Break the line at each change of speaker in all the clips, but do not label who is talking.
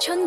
春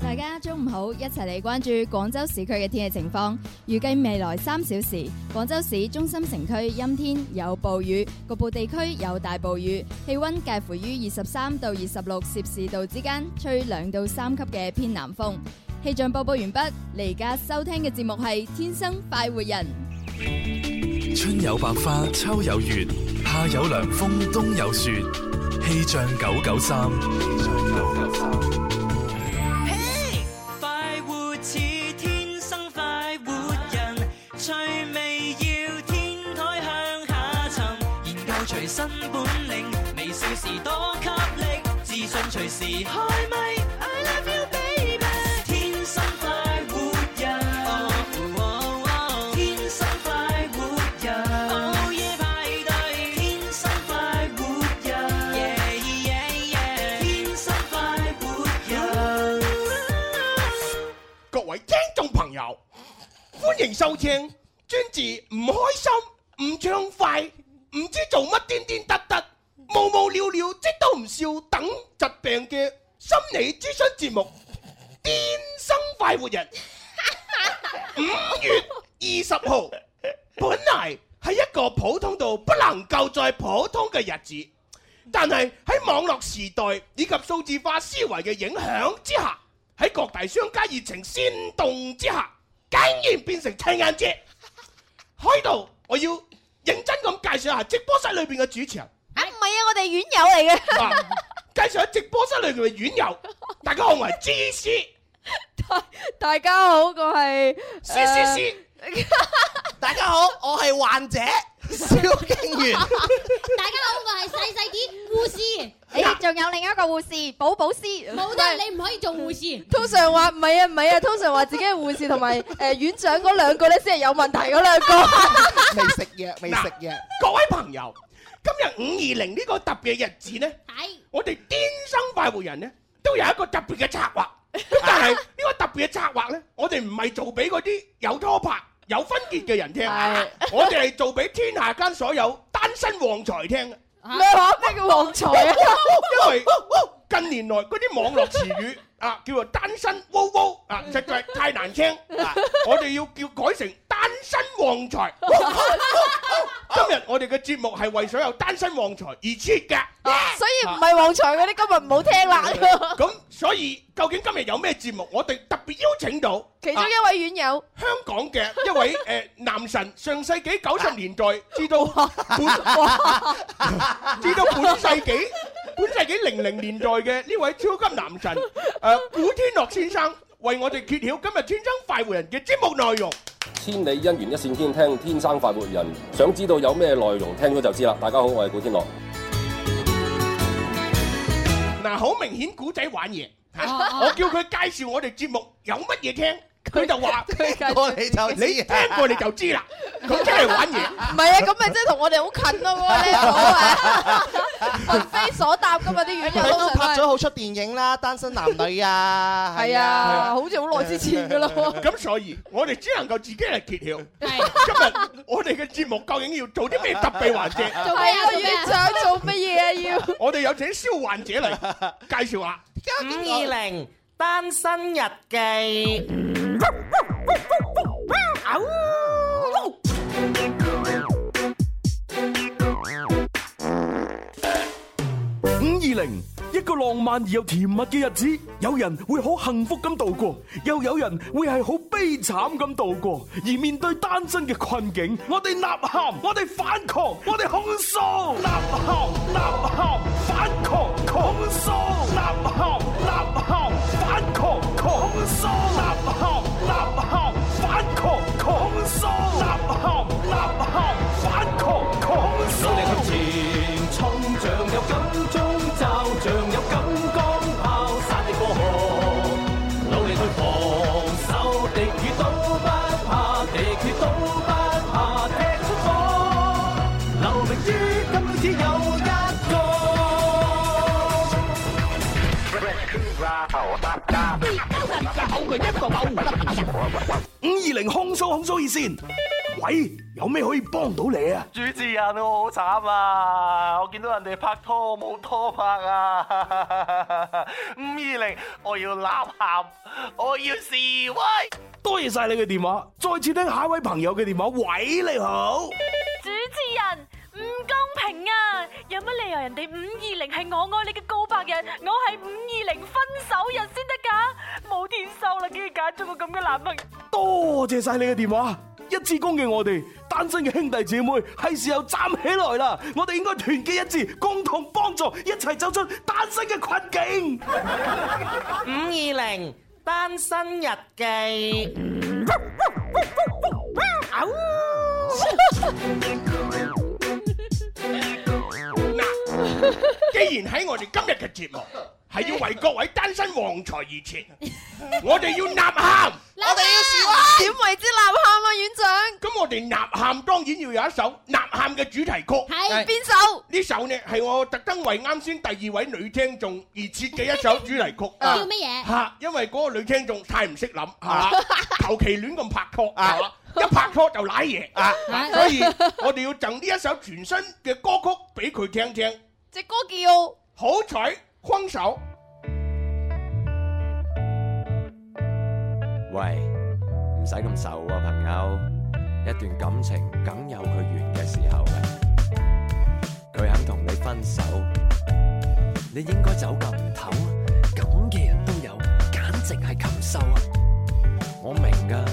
大家中午好，一齊嚟關注廣州市區嘅天氣情況。預計未來三小時，廣州市中心城區陰天有暴雨，局部地區有大暴雨，氣温介乎於二十三到二十六攝氏度之間，吹兩到三級嘅偏南風。氣象播報完畢，你而家收聽嘅節目係《天生快活人》。
春有百花，秋有月，夏有涼風，冬有雪。氣象九九三，
快活似天生快活人，趣味要天台向下沉，研究隨身本領，微笑時多給力，自信隨時開咪。I love you baby，天生快活人，哦哦天生快活人，午夜派對，天生快活人，yeah yeah yeah，天生快活人。
各位聽眾朋友，歡迎收聽專治唔開心、唔暢快、唔知做乜癲癲突突、無無聊聊、即都唔笑等疾病嘅心理諮詢節目《天生快活人》。五月二十號，本嚟係一個普通到不能夠再普通嘅日子，但係喺網絡時代以及數字化思維嘅影響之下，喺各大商家熱情煽動之下，竟然變成青眼姐。開度我要認真咁介紹一下直播室裏邊嘅主持人，
啊，唔係啊，我哋院友嚟嘅，
嗱，介紹喺直播室裏邊嘅院友，大家好，我係 G C
大家好，我係呃
C C C。
大家好，我係患者蕭敬元。
大家好，我係細細啲護士，
誒，仲有另一個護士寶寶師，
冇
喂
得你唔可以做 護士。
通常話唔係啊，唔係啊，通常話自己係護士同埋誒院長嗰兩個咧，先係有問題嗰兩個。
未食藥，未食藥。
各位朋友，今日五二零呢個特別嘅日子呢，
係
我哋天生快活人呢，都有一個特別嘅策劃。咁但係呢個特別嘅策劃呢，我哋唔係做俾嗰啲有拖拍、有分結嘅人聽，
係
我哋係做俾天下間所有單身旺財聽嘅。
咩話？咩叫旺財啊？
因為近年來嗰啲網絡詞語啊，叫做單身汪汪啊，實在太難聽啊！我哋要叫改成單身旺財。 今日我哋嘅節目係為所有單身旺財而設嘅，
所以唔係旺財嗰啲，今日唔好聽啦。
咁所以究竟今日有咩節目？我哋特別邀請到
其中
啊
一位院友，
香港 嘅一位誒男神，上世紀九十年代至 到本 至到本世紀 本世紀零零年代嘅呢位超級男神誒古天樂先生，為我哋揭曉今日天生快活人嘅節目內容。
千里姻緣一線天，聽天生快活人。想知道有咩內容，聽咗就知啦。大家好，我係古天樂。
嗱，好明顯古仔玩嘢， 嚇
哦哦
我叫佢介紹我哋節目有乜嘢聽，佢就 話
我哋就知
你聽過你就知啦，佢真係玩嘢。
唔係啊，咁咪即係同我哋好近咯喎，你好
à.
啊，問非所答噶嘛啲院友
佢
通
都拍
常
咗
都係
好出電影啦，《單身男女》啊，
係啊，好似好耐之前噶啦喎。
咁所以，我哋只能夠自己嚟揭曉。
係
今日我哋嘅節目究竟要做啲咩特備環 節？
做咩
係
啊？
à,
做咩啊？
啊，院長做乜嘢啊？要
我哋有請蕭患者嚟介紹下。
究
五二零單身日記。
五二零，一個浪漫而又甜蜜嘅日子，有人會好幸福咁度過，又有人會係好悲慘咁度過。而面對單身嘅困境，我哋吶喊，我哋反抗，我哋控訴，吶喊吶喊，反抗控訴，吶喊吶喊，反抗控訴，吶喊吶喊，反抗控訴，吶喊吶喊，反抗控訴。
五二零控訴控訴熱線，喂，有咩可以幫到你啊？
主持人，我好慘啊！我見到人哋拍拖，我冇拖拍啊！五二零，我要呐喊，我要示威。
多謝晒你嘅電話，再次聽下一位朋友嘅電話。喂，你好，
主持人唔公平啊！有乜理由人哋五二零係我愛你嘅告白日，我係五二零分手日先得㗎？冇天收啦，竟然揀咗個咁嘅男朋友。
多謝晒你嘅電話。一支公嘅我哋單身嘅兄弟姊妹係時候站起來啦！我哋應該團結一致，共同幫助，一齊走出單身嘅困境。
五二零單身日記。
既然喺我哋今日嘅 節目係要為各位單身旺財而設， 我哋要呐喊，
我哋要示威。點為之呐喊啊，院長？
咁我哋呐喊當然要有一首呐喊嘅主題曲。
係邊首？
呢首呢係我特登為啱先第二位女聽眾而設嘅一首主題 曲。啊
叫乜嘢
嚇，因為嗰個女聽眾太唔識諗嚇， 求其亂咁拍拖啊！一拍拖就舐嘢啊！所以我哋要贈呢一首全新嘅歌曲俾佢聽 聽。
隻歌叫
好彩空手。
喂，唔使咁愁啊，朋友。一段感情梗有佢完嘅時候嘅，佢肯同你分手，你應該走咁頭啊！咁嘅人都有，簡直係禽獸啊！我明噶，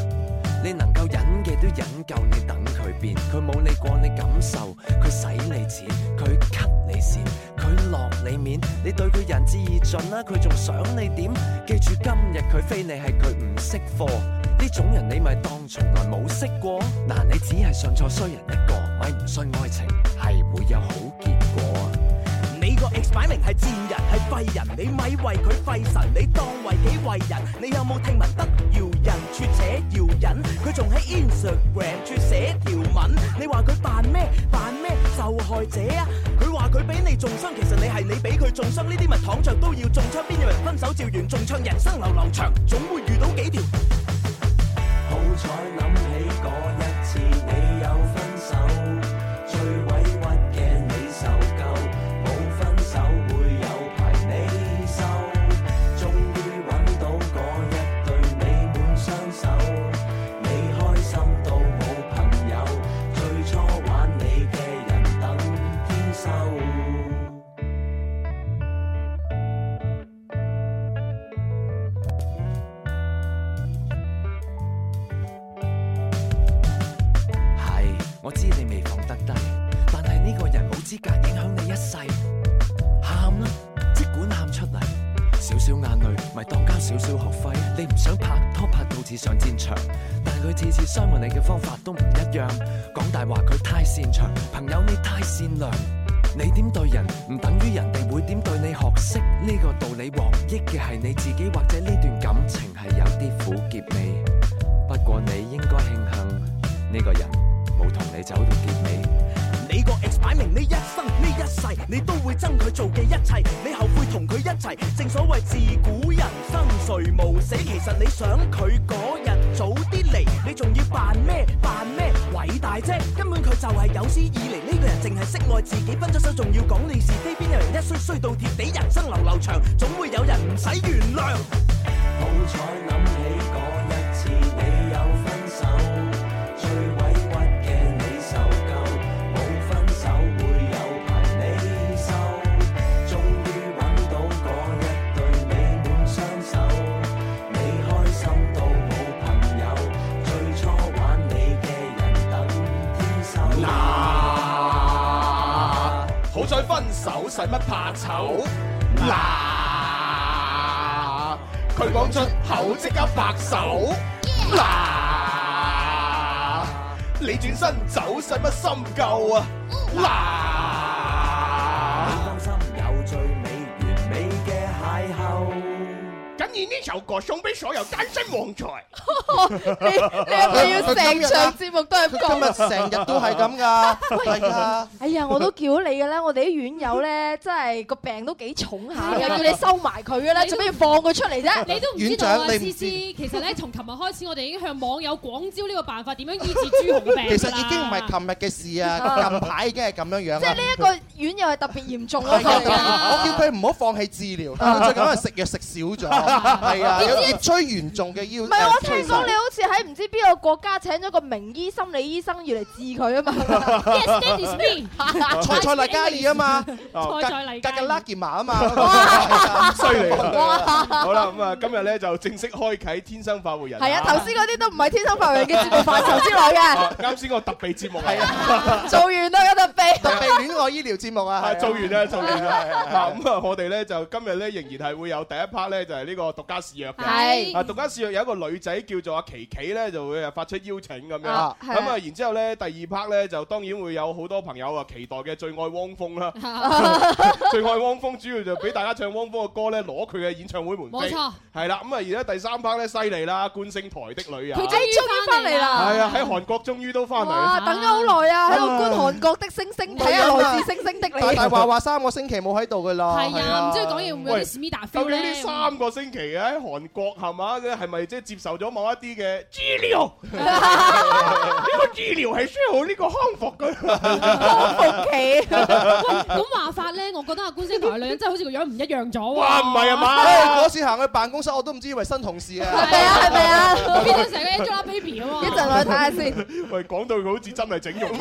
你能夠忍嘅都忍夠，你等佢變，佢冇理過你感受，佢使你錢，佢 cut 你線，佢落你面，你對佢仁至義盡啦，佢仲想你點？記住今日佢非你係佢唔識貨，呢種人你咪當從來冇識過。嗱，你只係信錯衰人一個，咪唔信愛情係會有好結果啊！
你個 ex 擺明係賤人，係廢人，你咪為佢費神，你當為己為人？你有冇聽聞得饒人處且饒人？佢仲喺 Instagram 處寫條文，你話佢扮咩？扮咩受害者啊？佢話佢比你重傷，其實你係你俾佢重傷，呢啲咪躺着都要中槍，邊有人分手照完中槍？人生流流長，總會遇到幾條。
好彩諗起嗰一次你有分手，最委屈嘅你受夠，冇分手會有排你收。終於揾到嗰一對你滿雙手，你開心到冇朋友，最初玩你嘅人等天收。
係，我知你未放得低，但係呢個人冇資格影響你一世。喊啦，即管喊出嚟，少少眼淚咪當交少少學費。你唔想拍拖拍到似上戰場，但佢次次傷害你嘅方法都唔一樣。講大話佢太擅長，朋友你太善良。你點對人唔等於人哋會點對你學識呢個道理，獲益嘅係你自己，或者呢段感情係有啲苦澀味。不過你應該慶幸呢個人冇同你走到結尾。
你個 ex 擺明呢一生呢一世，你都會憎佢做嘅一切，你後悔同佢一齊。正所謂自古人生誰無死，其實你想佢嗰日早啲嚟，你仲要扮咩扮咩偉大啫？根本佢就係有史以嚟呢個人淨係識愛自己，分咗手仲要講你是非，邊有人一衰衰到貼地？人生流流長，總會有人唔使原諒。
好彩諗起嗰一次你有分手，最委屈嘅你受夠，冇分手會有排你收。終於揾到嗰一對你滿雙手，你開心到冇朋友，最初玩你嘅人等天收。
嗱，好彩分手使乜怕醜？嗱，佢講出口即刻拍手。嗱，你轉身走使乜心夠啊？嗱，
擔心有最美完美嘅邂逅。
梗
謹以呢首歌送俾所有單身旺財。
你你係咪要成場節目都係咁講？
哎呀，我都叫你嘅啦，我哋啲院友咧，真係個病都幾重下
係
嘅，
啊
叫你收埋佢嘅啦，做咩要放佢出嚟啫？
你都唔知道啊，思思。其實咧，從琴日開始，我哋已經向網友廣招呢個辦法，點樣醫治朱紅病㗎啦。à? Ờ.
啊。即係呢一個院友係特別嚴重嗰
Ờ, à?
個嚟㗎。
Ờ.
唔係，我聽講 你好似喺唔知邊個國家請咗個名醫心理醫生要嚟治佢 啊嘛。
Yes, that is me. Ờ,
哦犀 利
哇
啊！好啦，咁啊，今日咧就正式開啟天生快活人。
係啊，頭先嗰啲都唔係天生發明嘅節目範疇之內嘅，
啊啱先個特備節目
係 啊做完啦，有特備。
啊，做完啦，做完啦。 啊，咁啊，我哋咧就今日咧仍然係會有第一 part 咧，就係呢個獨家試藥嘅。
係
啊，獨家試藥有一個女仔叫做阿琪琪咧，就會發出邀請咁樣。咁
啊
啊，
係
然之後咧，第二 part 咧就當然會有好多朋友啊期待嘅最愛汪峰 啦。 最愛汪峰主要就俾大家唱汪峰嘅歌咧，攞佢嘅演唱會門
冇
飛
錯。
係啦，咁啊，而家第三 part 咧犀利啦，觀星台的女啊。
佢終於翻嚟啦。
係啊，喺韓國終於都翻嚟
哇！
啦。
等咗好耐啊，喺度觀韓國的星星，睇下來自星星的你。
係啊，唔知佢講嘢會唔會有
喂
啲 Smida
究
feel
竟呢
咧？
三個星期喺韓國係嘛？係咪即係接受咗某一啲嘅治 療？呢個治療係需要呢個康復嘅。
康復期。
咁話法咧，我覺得阿觀星台嘅女人真係好似個樣唔一樣咗喎。
哇唔 係啊嘛
係啊，係咪 啊？變咗成個 Angelababy 啊嘛！
一陣我去睇下
啊
先。
喂，講到佢好似真係整容。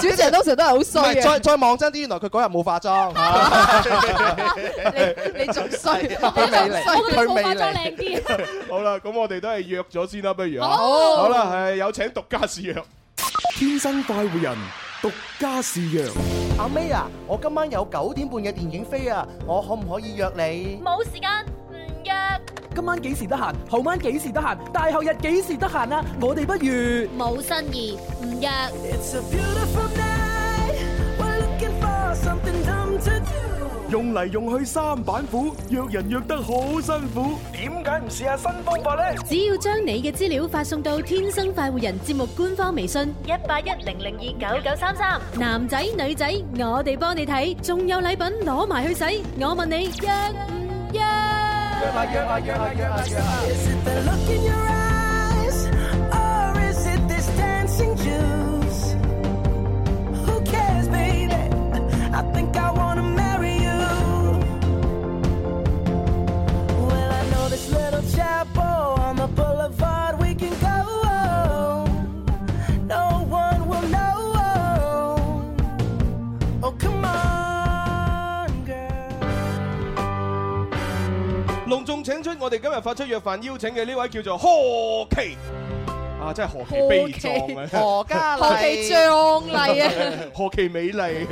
主持人通常都係好衰啊嘅。你你仲衰，啊你
啊
仲衰。
好啦，咁我哋都係約咗先啦，不如啊。
好
好啦，係有請獨家試約。
天生快活人，獨家試藥。
阿 May 啊，我今晚有九點半嘅電影飛啊，我可唔可以約你？
冇時間，唔約。
今晚幾時得閒？後晚幾時得閒？大後日幾時得閒啊？我哋不如
冇新意，唔約。
用嚟用去三板斧，約人約得好辛苦。點解唔試下新方法呢？
只要將你嘅資料發送到《天生快活人》節目官方微信一八一零零二九九三三，男仔女仔，我哋幫你睇，仲有禮品攞埋去使。我問你約唔約？
約啊約啊約啊約啊約啊！
No one will know. Oh, come on, girl.
隆重請出我哋今日發出約飯邀請嘅呢位叫做何其。啊！真係何其悲壯 啊！
何嘉麗何其
壯麗啊！
何其美麗！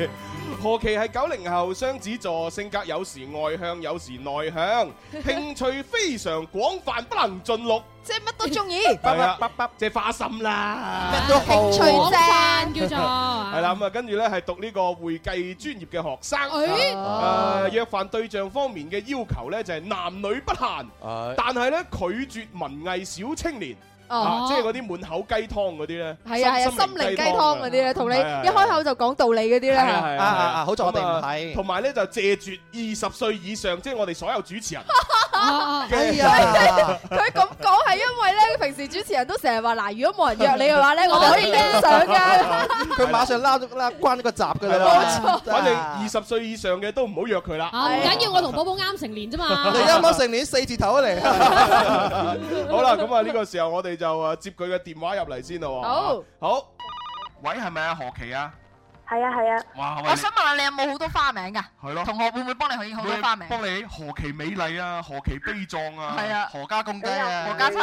何其係九零後雙子座，性格有時外向，有時內 向，興趣非常廣泛，不能盡錄。
即係乜都 中意。
係啊，即係花心啦，
乜都好興趣啫
係啦，咁啊，跟住咧係讀呢個會計專業嘅學生。
哎
誒，約飯對象方面嘅要求咧就係男女不限，
啊
但係咧拒絕文藝小青年，
哦
啊即係嗰啲滿口雞湯嗰啲咧。
係啊係啊，
心
心靈雞湯嗰啲咧，同你一
係啊係啊
開口就講道理嗰啲咧。
係係
啊好在我哋唔
係。同埋咧就謝絕二十歲以上，即係我哋所有主持人。
哎呀，佢咁講係因為咧，平時主持人都成日話嗱，如果冇人約你嘅話咧，我哋可以欣
啊
賞啊㗎。
係啦，反正二十歲以上嘅都唔好約佢啦。
啊，唔緊要，我同寶寶啱成 年啫嘛。
好啦，咁啊呢個時候我哋就啊接佢嘅電話入嚟先咯。
好，
好，喂，係咪啊何琪啊？
係啊係啊，
哇，喂
我想問下你有冇好多花名噶？
係咯
同學會唔會幫你起好多花名？
幫你何其美麗啊，何其悲壯啊，
係啊
何家公雞 啊，
何家差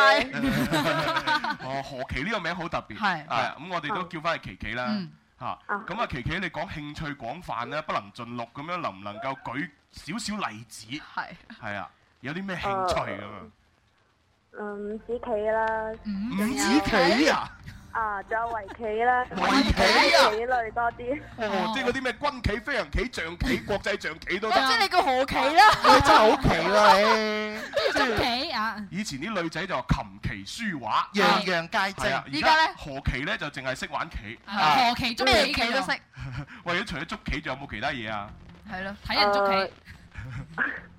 哦，何其呢個名好特別，
係
啊，咁我哋都叫翻係琪琪啦
嗯，
嚇，咁啊琪琪你講興趣廣泛啊咧，不能盡錄咁樣，能唔能夠舉少少例子？
係
係啊，有啲咩興趣咁啊？
嗯，五子棋啦，
嗯
五子棋啊，
啊，仲有圍棋啦，
圍棋啊
棋類多啲。
哦，即係嗰啲咩軍棋、飛行棋、
哦
象棋、國際象棋都得。
即係你叫何棋啦，
你真係好奇啦你，
捉棋
前啲女仔就話琴棋書畫，
樣樣皆精
係啊
依家呢
何棋咧就淨係識玩棋，
啊
何棋捉
咩
棋
棋都 識，
喂，咁除咗捉棋，仲有冇其他嘢啊？
係咯，睇人捉棋。
呃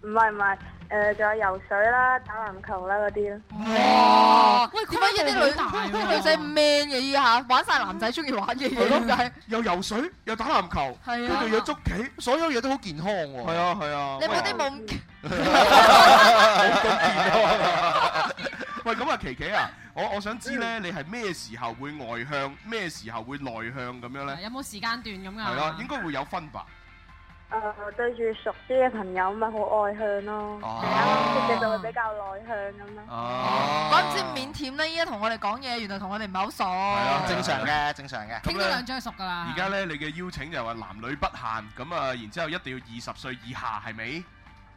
唔係唔係，誒仲有游水啦、打籃球啦嗰啲啦。
哦
哇！
喂，
點解一啲女啲女仔 man 嘅依下，玩晒男仔中意玩嘅嘢咁解？
又游水，又打籃球，
係啊
跟住又捉棋，所有嘢都好健康喎。係啊係啊，
你冇啲冇
喂，咁啊，琪琪啊，我我想知咧，你係咩時候會外向，咩時候會內向咁樣咧？
有冇時間段咁㗎？
係咯，應該會有分吧。
誒呃對住熟啲嘅朋友咪好外向咯，
哦
啊啱啱識嘅就會比較內向咁樣。
怪唔知腼腆咧，依家同我哋講嘢，原來同我哋唔係好熟。
係啊
正常嘅，正常嘅。
咁呢
張熟噶啦
而家咧，你嘅邀請就係話男女不限，咁啊，然之後一定要二十歲以下，係咪？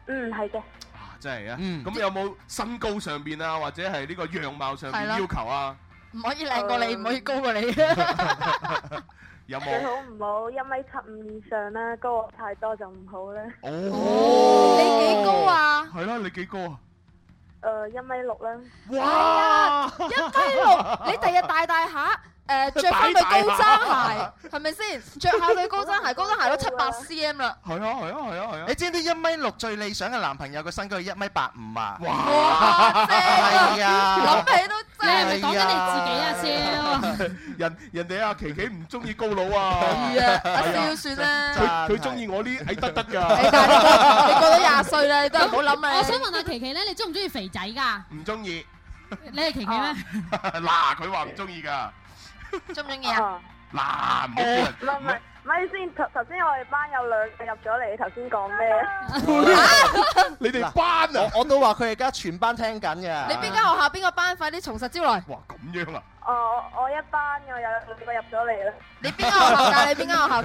嗯，係嘅。
啊，真係啊！咁有冇身高上邊啊，或者係呢個樣貌上
係
邊
啦
要求啊？
唔可以靚過你，唔可以高過你。
有
最好
冇？
唔好一米七五以上啦，高我太多就唔好啦。
哦，
你幾高啊？
係啦，你幾高啊？
誒一米六啦。
哇！一米六，你第日大大下，誒着翻對高踭鞋，係咪先？着下對高踭鞋，高 踭鞋都七八 cm 啦。
係啊係啊係啊係啊！
你知唔知一米六最理想嘅男朋友個身高係一米八五啊？
哇！
係啊，
諗起都
真係你係咪講緊
你自己啊
先？ 人人哋啊，琪琪唔中意高佬啊，
係啊阿蕭算啦
佢佢中意我呢矮得得
你但係你過
㗎，
你過咗廿歲啦，你都係唔好諗啦。
我想問下琪琪咧，你中唔中意肥仔㗎？
唔中意。
你係琪琪咩？
嗱，佢話唔中意㗎，
中唔中意
Ờ.
啊？
嗱唔好叫人
唔係唔係，咪先頭頭先我哋班有兩個入咗嚟，頭先講咩？
你哋班
啊，我我都話佢而家全班聽緊嘅。
你邊間學校邊個班？快啲從實招來。
哇，咁樣啊！
哦，我我一班我有兩個入咗嚟啦。
你邊間學校㗎？你邊間學校
誒，
㗎？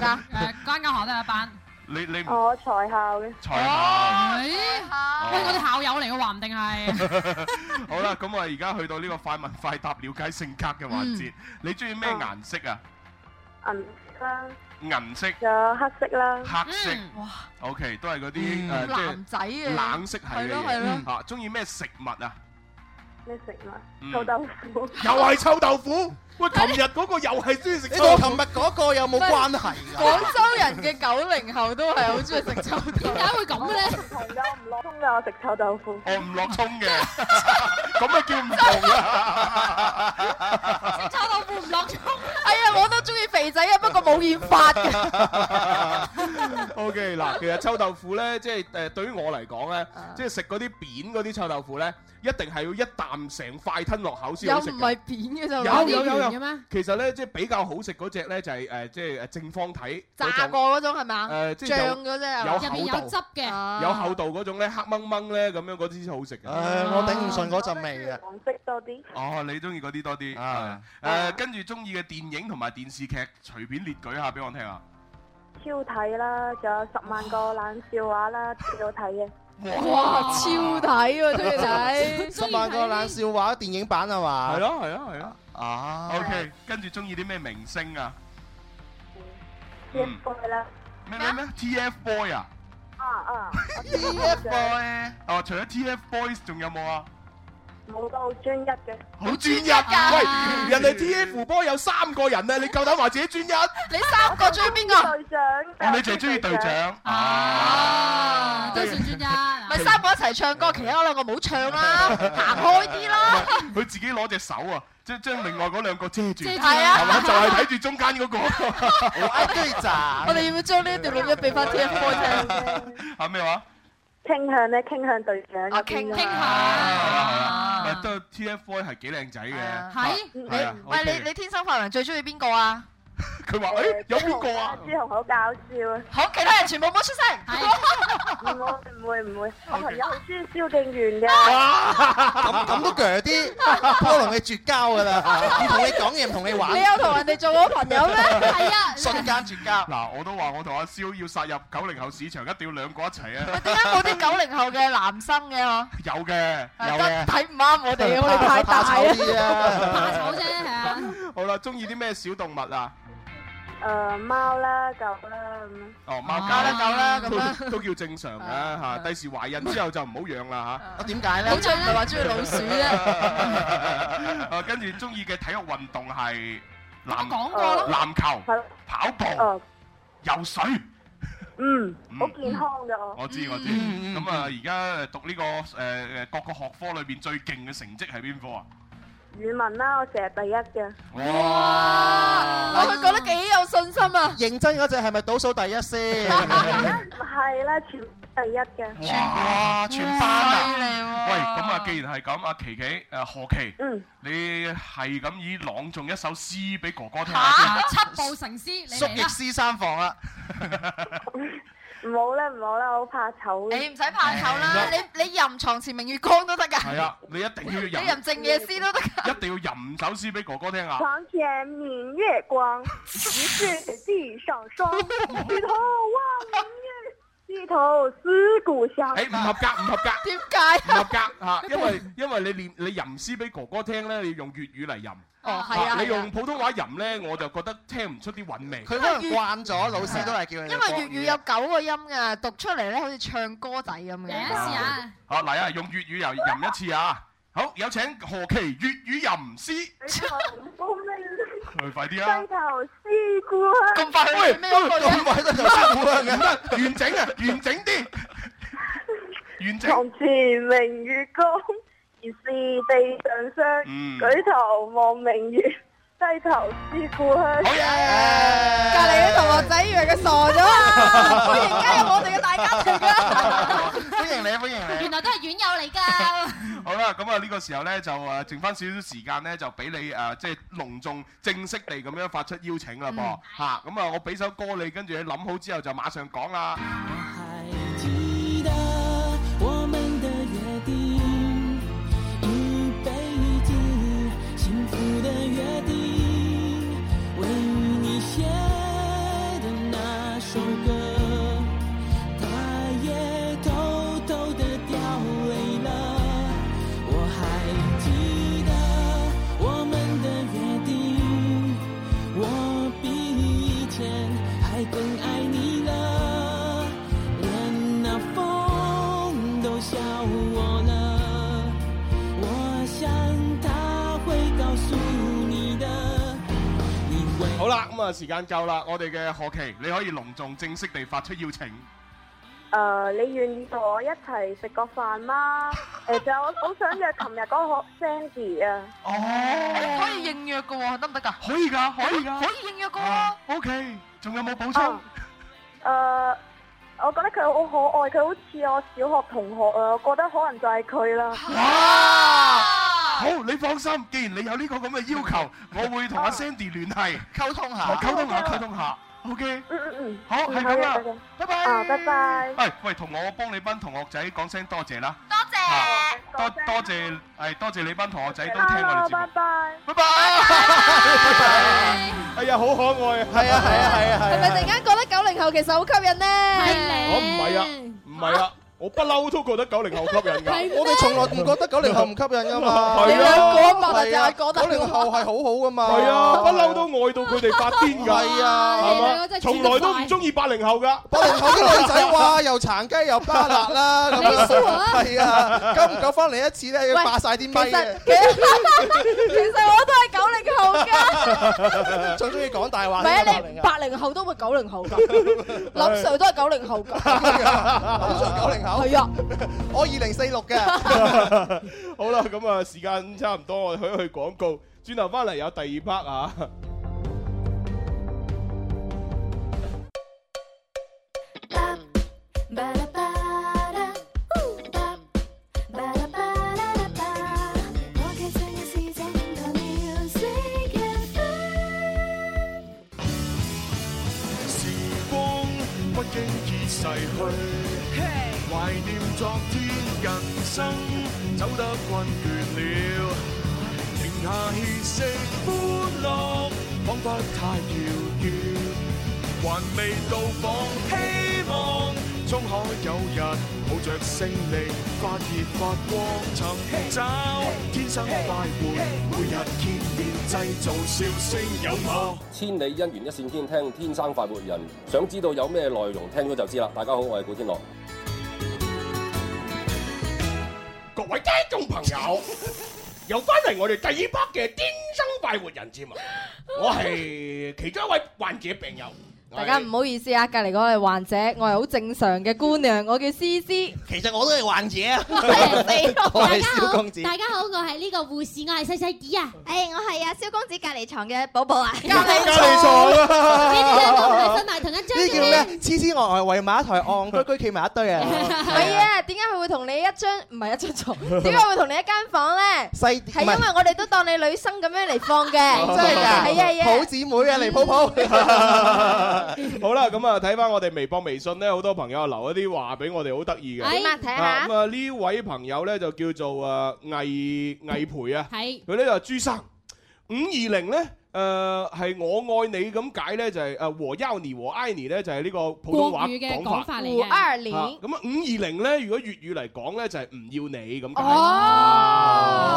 關間學校都有一班。
你你唔
我才校嘅。
才下。
咦喂，我哋校友嚟嘅，話唔 定係。
好啦，咁我而家去到呢個快問快答了解性格嘅環節，你中意咩顏色啊？
銀色啦，
銀色、
仲有黑色啦。
黑色。OK，都係嗰啲誒，即係
男仔嘅
冷色系嘅
係咯係咯
嘢。嚇，中意咩食物啊？
咩食物？
嗯
臭豆腐。
又係臭豆腐。喂，琴日嗰個又係中意食
你
臭豆
同
腐。
琴日嗰個有冇關係
廣州人嘅九零後都係好中意食臭豆腐。點解
會咁咧？
同嘅，我唔落葱嘅，我食臭豆腐。
我唔落葱 嘅，咁啊叫唔同啦。
臭豆腐唔落葱。哎呀，我都中意肥仔啊，不過冇染髮嘅。
O K 嗱，其實臭豆腐咧，即係誒對於我嚟講咧，
啊
即係食嗰啲扁嗰啲臭豆腐咧，一定係要一啖成塊吞落口先
又
好食
唔
嘅
係。扁嘅就
有有有有，其實咧即係比較好食嗰只咧就係誒即係誒正方體
炸
嗰種
過嗰種係咪啊？
誒即係
醬嗰隻
有厚
入邊
度
嘅
有厚度嗰種咧黑掹掹咧咁樣嗰啲先好食嘅。誒，
啊我頂唔順嗰陣味啊！
黃色多啲。
哦，你中意嗰啲多啲。係誒，跟住中意嘅電影同埋電視劇，隨便列舉下俾我聽啊！
超睇啦，仲有十萬個冷笑話啦，幾好睇嘅。
哇，超睇喎， 中意睇。
十萬個冷笑話電影版啊嘛？
係咯，係咯，係咯。
啊
OK，跟住中意啲咩明星啊？
TF boy 啦，
咩咩咩？TFBOY 啊？
啊啊
TFBOY 哦，除咗 TFBOYS 仲有冇啊？
冇到專一嘅，
好專一㗎！喂，人哋 TFBOY 有三個人啊，你夠膽話自己專一？
你三個中意邊個？
隊長。
哦，你就係中意 隊長啊？
都算專一。咪三個一齊唱歌，其他兩個冇唱 啦，行開啲啦。
佢自己攞隻手啊，將將另外嗰兩個遮住，
遮
係
住啊
嘛？就係睇住中間 嗰個。
我哋要唔要將呢一段錄音俾翻 TFBOY 聽？
啊咩話？
傾向咧，傾向隊長。我傾傾
咪都 TFBOY 係幾靚仔嘅。
係
係啊
喂，你
OK
你天生發明最中意邊個啊？
佢話誒有邊個啊？
朱紅好搞笑啊！
好，其他人全部冇出聲。
唔會唔會，我朋友好中意蕭敬元嘅。
咁咁都鋸啲，我同你絕交㗎啦，唔同你講嘢，唔同你 玩。
你有同人哋做過朋 友咩？係啊。
瞬間絕交。
嗱，我都話我同阿蕭要殺入九零後市場，一定要兩個一齊啊！
點解冇啲九零後嘅男生 嘅我？
有嘅，有
得
嘅。
睇唔啱我哋，我哋太大
怕醜啲
啦。
啊
醜啫，係啊。
好啦，中意啲咩小動物啊？
誒貓啦、狗啦咁樣。
哦，貓狗
貓啦狗啦咁啦
都都叫正常嘅嚇。第時懷孕之後就唔好養啦嚇。
點解咧？好似唔係話中意老鼠 啫。
啊，跟住中意嘅體育運動係籃
講過咯哦
籃球、跑步、游水。
嗯，好健康嘅我。
我知我知。
Ừ.
咁啊，而家讀呢個誒誒各個學科裏邊最勁嘅成績係邊科啊？
語文啦，我成日第一嘅。
哇！佢覺得幾有信心
à.
啊！
認真嗰只係咪倒數第一先？
唔係啦，全第一嘅。
哇！全班
犀利
啊！
喎
喂，咁啊，既然係咁，阿琪琪誒何琪，
嗯
你係咁以朗誦一首詩俾哥哥聽下先。
七步成詩，你
啊
嚟啦！
詩三啊房啦。
唔好啦，唔好啦，我好怕醜。
你唔使怕醜啦，你你吟床前明月光都得㗎。
係啊，你一定要
你
吟，
吟靜夜思都得㗎。
一定要吟首詩俾哥哥聽啊！
床前明月光，疑是地上 霜。举头望明月，低头思故乡。
誒唔合格，唔合格。
點
唔
解？
合格嚇，因為因為你念你吟詩俾哥哥聽咧，你用粵語嚟吟。
哦係啊係啊
你用普通話吟咧，我就覺得聽唔出啲韻味。
佢可能慣咗，老師都係叫你。
因為粵語有九個音㗎，讀出嚟咧好似唱歌仔咁嘅。
試下。好嚟啊，用粵語又吟一次啊！好，有請何其粵語吟詩，佢快啲啊！
低頭思故鄉。
喂咁快都就辛苦啦，唔 得，完整啊，完整啲，完整。
床前明月光，疑是地上霜。
嗯
舉頭望明月，低頭思故鄉。好
隔離啲同學仔以為佢傻咗
À,
啊！佢而家有我哋嘅大家庭
歡迎你，歡迎
原來都係院友嚟㗎。
好啦，咁啊呢個時候咧就誒剩翻少少時間咧，就俾你誒即係隆重正式地咁樣發出邀請啦噃嚇。咁啊，我俾首歌你，跟住你諗好之後就馬上講啊啦。
記得我們的約定，一輩子幸福的約定，為你寫的那首歌，它也偷偷的掉淚了。我還記得我們的約定。我比以前還更愛你了，連那風都笑我了。我想他會告訴你的。
好啦，咁啊時間夠啦，我哋嘅何琪，你可以隆重正式地發出邀請。
誒、你願意同我一齊食個飯 嗎？誒、仲有我好想約琴日嗰個 Sandy 啊！
哦，可以應約嘅喎，得唔得㗎？
可以㗎，可以㗎，
可以應約嘅喎。
O K，仲有冇補充？
誒、我覺得佢好可愛，佢好似我小學同學啊，我覺得可能就係佢啦。
Ờ.
好，你放心，既然你有呢個咁嘅要 求，我會
Ờ。
同阿 Sandy 聯繫
溝通
下，啊溝通下，溝通下。O K，
嗯嗯嗯，
好，係咁啦
好嘅，
拜拜。
啊，拜拜。
喂哎喂，同我幫你班同學仔講聲多謝啦，
多謝，
多多謝係多謝你班同學仔都聽我哋
啊，
節目。
拜拜。
拜拜。哎呀，好可愛啊！係啊係啊係啊
係咪突然間覺得九零後其實好吸引呢？
我唔係啊，唔係啊，我不嬲都覺得九零後吸引
係
㗎。
咩我哋從來唔覺得90後唔吸引㗎嘛
係啊
你兩個啊嘛
咪就係覺得
九零後係好好㗎嘛。
係啊，不嬲都愛到佢哋發癲㗎。
係啊
係
你兩個
嘛？
真係
從來都唔中意八零後㗎。
八零後啲女仔 哇，又殘雞又巴辣啦，咁
你
樣
笑啊
係啊，久唔久翻嚟一次咧，要霸晒啲咪嘅。
其實其實我都係九零後
㗎，最中意講大話。
唔係啊，你八零後都會九零後 㗎，林 Sir 都係九零後㗎，
林 Sir 九零後，
係啊，
我二零四六嘅。
好啦，咁啊，時間差唔多，我哋去一去廣告，轉頭翻嚟有第二 part 啊。
時光不經已逝去，懷念昨天，人生走得困倦了，停下歇息，歡樂彷彿太遙遠，還未到訪，希望終可有日抱着勝利發熱發光，尋找天生快活，每日見面製造笑聲有我。
千里姻緣一線天，聽天生快活人。想知道有咩內容，聽咗就知啦。大家好，我係古天樂。
各位聽眾朋友，又翻嚟我哋第二 part 嘅天生快活人 節目，我係其中一位患者病友。
大家唔好意思啊，隔離嗰位患者，我係好正常嘅姑娘，我叫思思。其
實我都係患者啊，
我係
蕭公子。
大家好，我係呢個護士，我係細細啲啊。
誒，我係啊，蕭公子隔離床嘅 寶寶啊。隔
離隔離床啊
你 哋兩個唔係瞓埋同一張
呢叫
嘅
咩？痴痴呆呆圍埋一台，戇居居企埋一堆啊！
唔 係啊，點解佢會同你一張唔係 一張床？點解會同你一間房咧？
細
係因為我哋都當你女生咁樣嚟放嘅，真
真係㗎
係啊係啊，
好姊妹啊，嚟抱抱。
好啦，咁啊睇翻我哋微博、微信咧，好多朋友留一啲話俾我哋，好得意嘅。
點啊睇下
啊咁啊呢位朋友咧就叫做啊魏魏培啊，
係
佢咧就話朱生五二零咧。誒係、我愛你咁解咧，就係、誒和優尼和埃尼咧，就係、呢個普通話
國語嘅
法
講法嚟嘅520
啊咁啊五二零咧，如果粵語嚟講咧，就係、唔要你咁解。
哦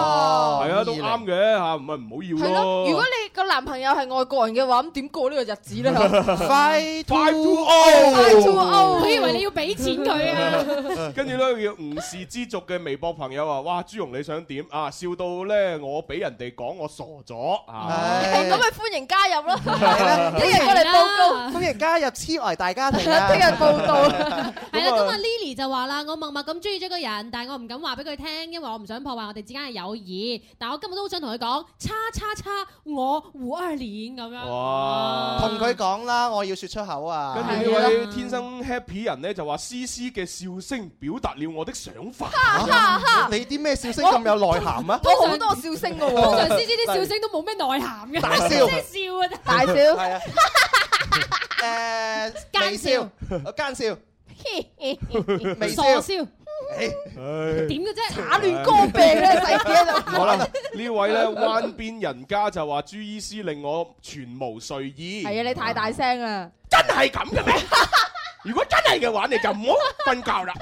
係啊，都啱嘅嚇，唔係唔好
係
要咯。
咯，如果你個男朋友係外國人嘅話，咁點過呢個日子 咧？
Five
two
O
five two
哦
O，
佢以為你要俾錢 佢啊！
跟住咧，叫吳氏之族嘅微博朋友話：，哇，朱容你想點啊？笑到咧，我俾人哋講我傻咗啊！
咁咪歡迎加入咯，
啦
聽日過嚟報告，
歡迎加入痴呆大 家庭啊！
聽日報道。
係啦，咁啊 Lily 就話啦，我默默咁中意咗個人，但係我唔敢話俾佢聽，因為我唔想破壞我哋之間嘅友誼。但我今日都好想同佢講，叉叉叉，我胡二年咁
哦
樣。
哦
哇！
啊
同佢講啦，我要説出口啊！
跟住呢位天生 happy 人咧就話：，思思嘅笑聲表達了我的想法。啊
哈哈你啲咩笑聲咁有內涵啊？
我好多笑聲嘅喎，
通常 C C 啲笑
聲
都冇咩內涵
嘅大笑
即係笑啊！
大笑
係啊，誒，微
奸笑
笑，奸笑，微笑，
傻笑，
點
點嘅啫？
打亂歌 病咧，細啲啊喺度。
好啦，呢位咧灣邊人家就話：，朱醫師令我全無睡意。
係啊，你太大聲啦！
真係咁嘅咩？如果真係嘅話，你就唔好瞓覺啦。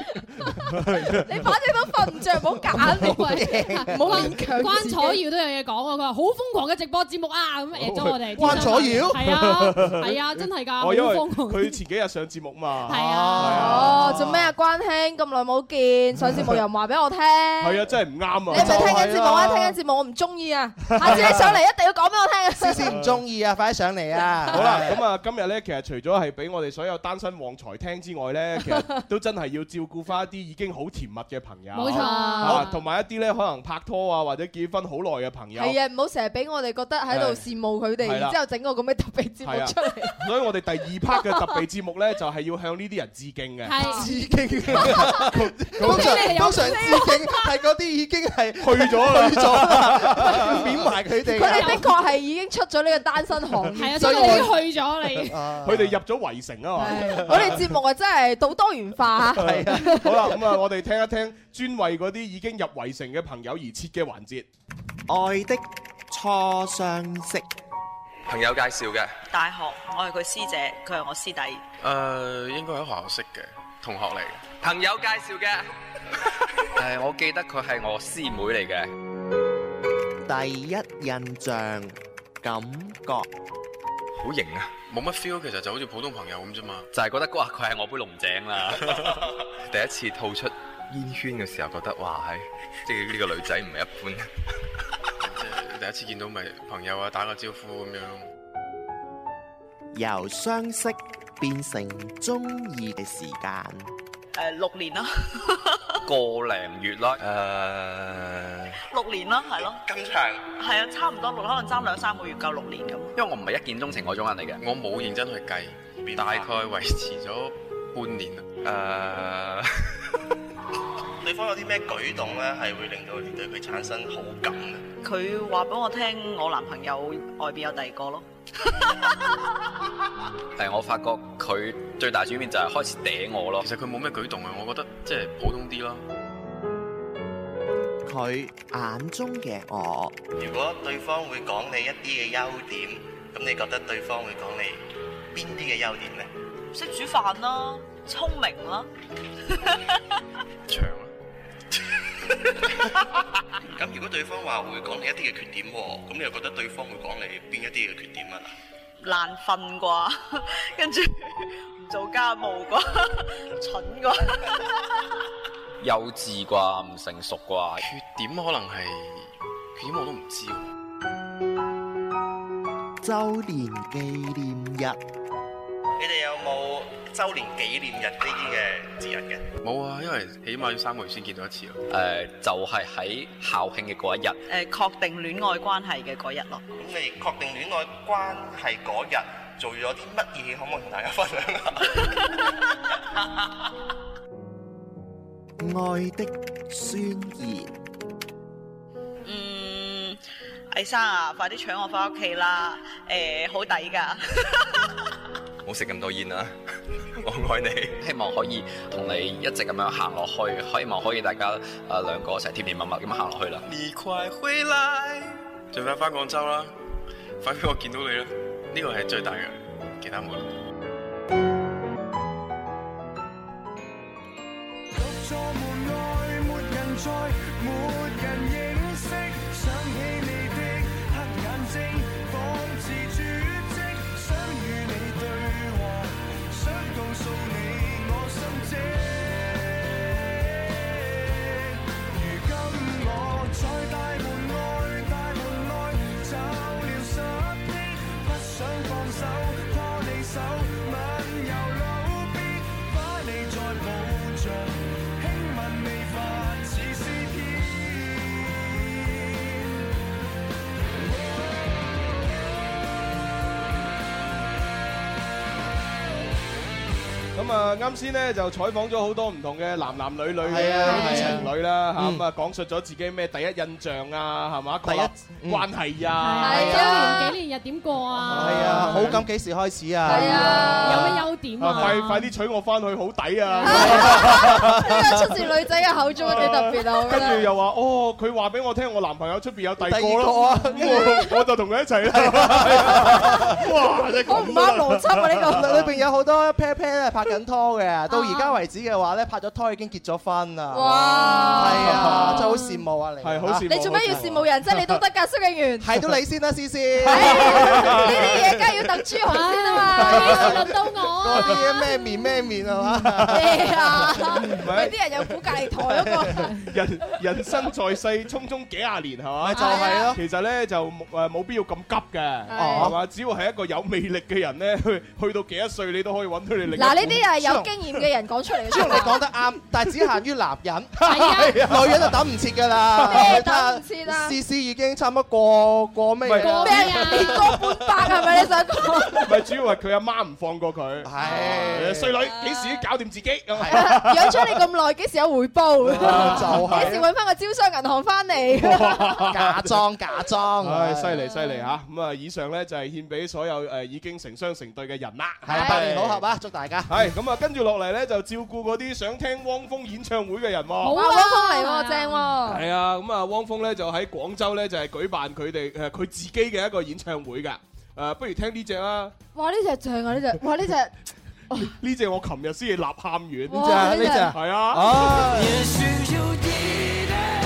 你反正都瞓唔着，唔好揀你
喂
唔好勉強
關
自己
楚耀都有嘢講喎，佢話好瘋狂嘅直播節目啊，咁 at 咗我哋。
關楚耀
係啊，係啊，真係㗎，好
哦，因為
瘋狂。
佢前幾日上節目嘛。
係啊
哦，做咩啊，關兄咁耐冇見，上次冇人話俾我聽。
係啊，真係唔啱啊！
你係咪聽緊節目啊？聽緊節目我唔中意啊！下次你上嚟一定要講俾我聽啊！
思思唔中意啊，快啲上嚟啊！
好啦，咁啊，今日咧，其實除咗係俾我哋所有單身旺財聽之外咧，其實都真係要照顧翻一啲已經好甜蜜嘅朋友，
冇錯
啊同埋一啲咧可能拍拖啊或者結婚好耐嘅朋友，
係啊，唔好成日俾我哋覺得喺度
係
羨慕佢哋，
係啦
然之後整個咁嘅特別
係
節目
啊
出嚟。
所以我哋第二 part 嘅特備節目咧，就係要向呢啲人致敬嘅，
係啊
致敬。
咁
通常
你哋有
通常致敬係嗰啲已經係去
咗啦
去咗啦，貶埋佢哋
佢
啊。
哋的確係已經出咗呢個單身行業，
係啊
所以所以你
已經去咗你
佢哋入咗圍城啊嘛
係。我哋節目啊，真係到多元化嚇。
係啊，好啦，咁啊，我哋聽一聽專為嗰啲已經入圍城嘅朋友而設嘅環節。
愛的初相識，
朋友介紹嘅，誒、
大學，我係佢師姐，佢係我師弟。
呃應該喺學校識嘅同學嚟嘅。朋友介紹嘅，誒、我記得佢係我師妹嚟嘅。
第一印象感覺，
好型啊！冇乜 feel，其實就好似普通朋友咁啫嘛。就係覺得哇，佢係我杯龍井 啦。第一次吐出煙圈嘅時候，覺得哇，係即係呢個女仔唔係一般。
即係第一次見到咪朋友啊，打個招呼咁樣。
由相識變成中意嘅時間，
誒、六年啦，
個零月啦，誒、
六年啦，係咯。咁長？係啊，差唔多六，可能爭兩三個月夠六年咁。
因為我唔係一見鍾情嗰種人嚟嘅，我冇認真去計，大概維持咗半年啊啦。
對方有啲咩舉動咧，係會令到你對佢產生好感嘅？
佢話俾我聽，我男朋友外邊有第二個咯。
誒、我發覺佢最大轉變就係開始嗲我咯。其實佢冇咩舉動啊，我覺得即係普通啲咯。
佢眼中嘅我，
如果對方會講你一啲嘅優點，咁你覺得對方會講你邊啲嘅優點咧？
識煮飯啦，聰明咯，
長咁如果對方話會講你一啲嘅缺點喎，咁你又覺得對方會講你邊一啲嘅缺點啊？
難瞓啩， 跟住唔做家務啩， 蠢啩，
幼稚啩，唔成熟啩，缺點可能係缺點我都唔知喎。
周年紀念日。
你哋有冇周年紀念日呢啲嘅節日嘅？
冇啊，因為起碼要三個月先見到一次啊咯。誒、就係喺校慶嘅嗰一日，
誒確定戀愛關係嘅嗰日咯。
咁你確定戀愛關係嗰日做咗啲乜嘢？可唔可以同大家分享下？
愛的宣言，
嗯，魏生啊，快啲搶我翻屋企啦！誒、好抵㗎。
唔好食咁多煙
啊
啦。我愛你，希望可以同你一直咁樣行落去，希望可以大家誒、呃、兩個成日甜甜蜜蜜咁行落去啦。
你快回來。
最快翻廣州啦，快俾我見到你啦！呢個係最大嘅，其他冇啦。
錯門外，沒人在，沒人認識。想起你的黑眼睛，仿似絕跡。想與你對話，想告訴你我心跡。如今我在大門外，大門內找了十億，不想放手，拖你手，吻柔老必把你再抱着。輕吻你髮似詩篇。
咁啊，啱先咧就採訪咗好多唔同嘅男男女女嘅
係啊
呢啲
係啊
情侶啦嚇，
嗯
咁啊講述咗自己咩第一印象啊，係嘛，
第
一關係啊，
係啊，周年紀念日點過啊？
係啊
好感幾時開始啊？
係啊有咩優點啊
啊快快啲娶我翻去好抵啊！
呢個出自女仔嘅口中，幾特別啊！我覺
跟住
得。
又話哦，佢話俾我聽，我男朋友出邊有第二個
第二個
啦
啊，
咁我我就同佢一齊啦。哇！真係咁
好唔啱邏輯啊！呢個 裏裏邊
有
有好多 pair pair 咧拍緊拖 嘅，到而家為止嘅話咧，拍咗拖已經結咗婚啦。
哇
係啊，真係好羨慕啊你。
係好羨慕
你做咩要羨慕人啫？你都得哎㗎，蘇敬 元。
睇到你先啦，思思。
呢啲嘢梗係要等朱紅先啊嘛，幾時輪到我
嗰啲嘢咩面咩面係嘛？
咩啊？喂，啲人有估隔離台嗰 個，
人人生在世，匆匆幾廿年係嘛？
就係咯
其實咧就冇誒冇必要咁急嘅，
係
係嘛？只要係一個有魅力嘅人咧， 去去到幾多歲你都可以揾到你另一
嗱呢
半
啲係有經驗嘅人講出嚟嘅。
朱紅你講得啱，但係只限於男人，
係 啊
女人就等唔切㗎啦。
咩等唔切啊
思思已經差唔多過過咩嘢啦？
咩啊？年過啊半百係咪你想講？
唔係主要係佢阿媽唔放過佢，係衰女幾時都搞掂自己咁。
養咗 你咁耐，幾時有回報？
啊 就係
幾時揾翻個招商銀行翻嚟？
假裝假裝，
唉，犀利犀利嚇！咁啊，以上咧就係獻俾所有誒已經成雙成對嘅人啦。
係啊百年好合啊！祝大家。
係咁啊，跟住落嚟咧就照顧嗰啲想聽汪峰演唱會嘅人喎。
哦
好啊，汪峰嚟喎，正喎。
係啊，咁啊，汪峰咧就喺廣州咧就係舉辦佢哋誒佢自己嘅一個演唱會㗎。誒、呃不如聽呢只啦，
哇！呢隻正啊，呢隻，哇！呢隻。
呢只我琴日先至立喊完。呢
哦哇呢隻呢隻
係啊。
哦也許有一天，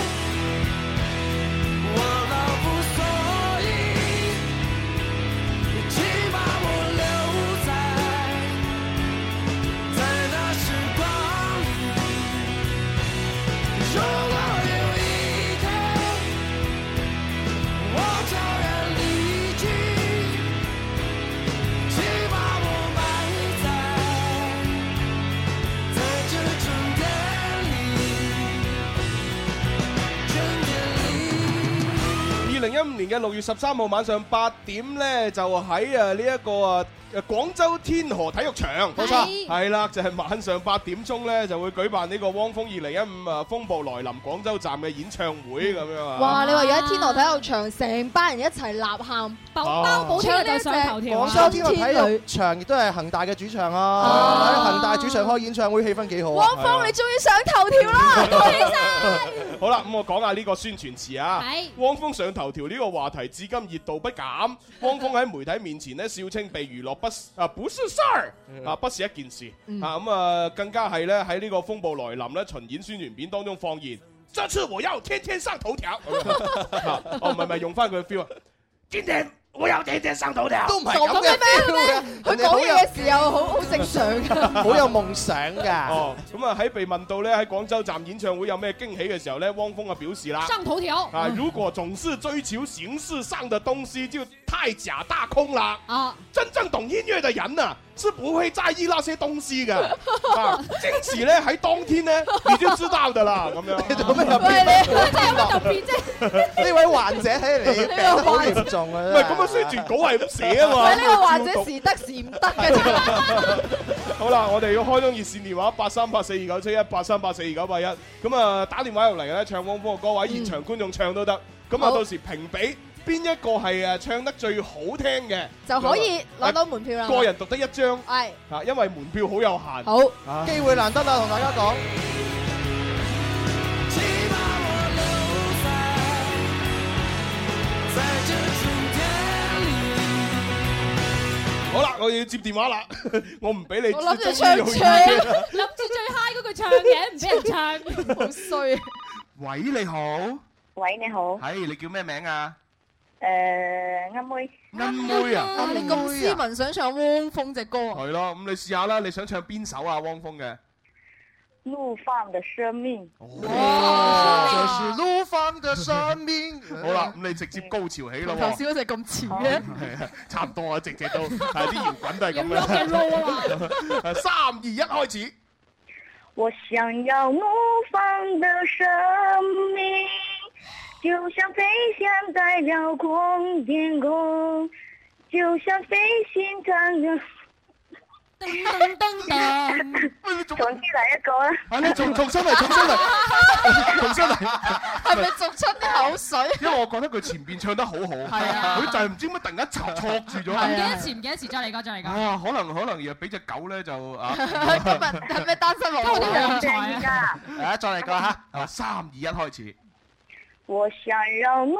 我老無所依，請把我留在在那時光裡。如果有一天我悄然離去，請把我埋在。在這春天裡，春天裡。
二零一五年嘅六月十三號晚上八點咧，就喺誒呢一個啊誒廣州天河體育場，
冇錯
係啦，就係晚上八點鐘咧就會舉辦呢個汪峰二零一五啊風暴來臨廣州站嘅演唱會咁樣啊！
哇！你話而家天河體育場成班人一齊吶喊，
包
哦
包
保
唱
天就上頭條啊
廣州天河體育場亦都係恒大嘅主場啊！喺恒大主場開演唱會，氣氛幾好啊！
哦汪峰你終於上 頭條啦！
好啦，咁我講下呢個宣傳詞啊。汪峰上頭條呢呢個話題至今熱度不減。汪峰喺媒體面前呢，笑稱被娛樂不是啊不是事兒啊，不是一件事
嗯
啊咁啊，更加係咧喺呢個風暴來臨咧巡演宣傳片當中放言，這次我要天天上頭條。啊哦，唔係唔係，用翻佢嘅 feel 啊！今天我要天天上頭條，
都唔係
傻
咁
咁嘅咩？佢講嘢嘅時候好好正常噶。
夢想㗎。哦，咁啊喺被問到咧喺廣州站演唱會有咩驚喜嘅時候咧，汪峰啊表示啦，
上頭條
啊，如果總是追求形式上的東西，就太假大空啦。
啊，
真正懂音樂嘅人啊，是不會在意那些東西嘅。啊，驚喜咧喺當天咧，你就知道的啦。咁 樣。做咩入
喂你真係有
乜
特
別
啫？
呢位患者睇嚟病得好嚴重啊！
唔係咁啊，宣傳稿係咁寫啊嘛。
喂，呢個患者時得時唔得嘅啫。
好啦，我哋要開通熱線電話八三八四二九七一八三八四二九八一，咁啊打電話入嚟嘅咧，唱汪峰嘅歌或者現場觀眾唱都得，咁啊
好
到時評比邊一個係誒唱得最好聽嘅，
就可以攞到門票啦
咁啊個人獨得一張，
係
啊，因為門票好有限，
好
啊
機會難得啦，同大家講。
在这春天里。
好啦，我要接電話啦， 我唔俾你，
我諗住
終於有
唱
意見啦
諗住最 high 嗰句唱嘅，唔俾人唱，
好衰啊！
喂，你好，
喂，你好，
係你叫咩名啊？
诶，啱妹，
啱妹啊
哇 你咁斯文，想唱汪峰只歌啊？
係咯，咁你試下啦，你想唱邊首啊？汪峰嘅
怒放的生命，
就是怒放的生命。
好啦，咁你直接高潮起咯
同
喎
頭。先嗰只咁似嘅。
係啊，差唔多啊，直直到係啲搖滾都係咁
要 rock and roll 啊
樣。三二一，開始。
我想要怒放的生命，就像飞翔在辽阔天空，就像飞行穿越。噔噔噔噔，重新嚟一個啦！
啊，你重重新嚟，重新嚟，重新嚟。係
咪逐出啲口水？
因為我覺得佢前邊唱得好好，
係啊
佢就係唔知點解突然間插錯住咗。
唔記得前唔記得時，再嚟過，再嚟過。
啊，可能可能又俾只狗咧就啊，
係咪單身
都
汪
有啲旺
峰？
財啊
啊，再嚟個嚇，啊，三二一開始。
我想要怒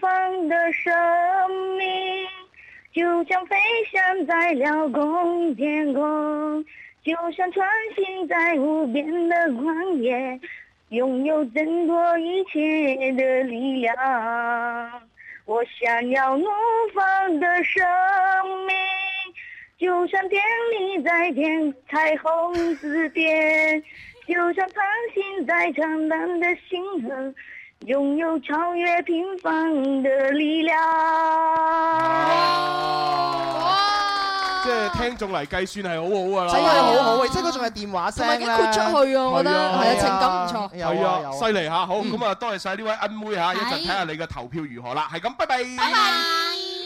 放的生命，就像飞翔在辽阔天空，就像穿行在无边的旷野，拥有挣脱一切的力量。我想要怒放的生命，就像天里在天彩虹之巅，就像长行在长南的星河。拥有超越平凡的力量。
即係聽眾嚟計算係好好㗎啦。
真係啊好好嘅，即係佢仲係電話聲
啊同埋已經豁出去啊我覺得係啊情感唔錯
係
有啊有啊
啊，犀利嚇！好咁啊，多謝晒呢位恩妹嚇，一陣睇下你嘅投票如何啦。係咁，拜拜。拜拜。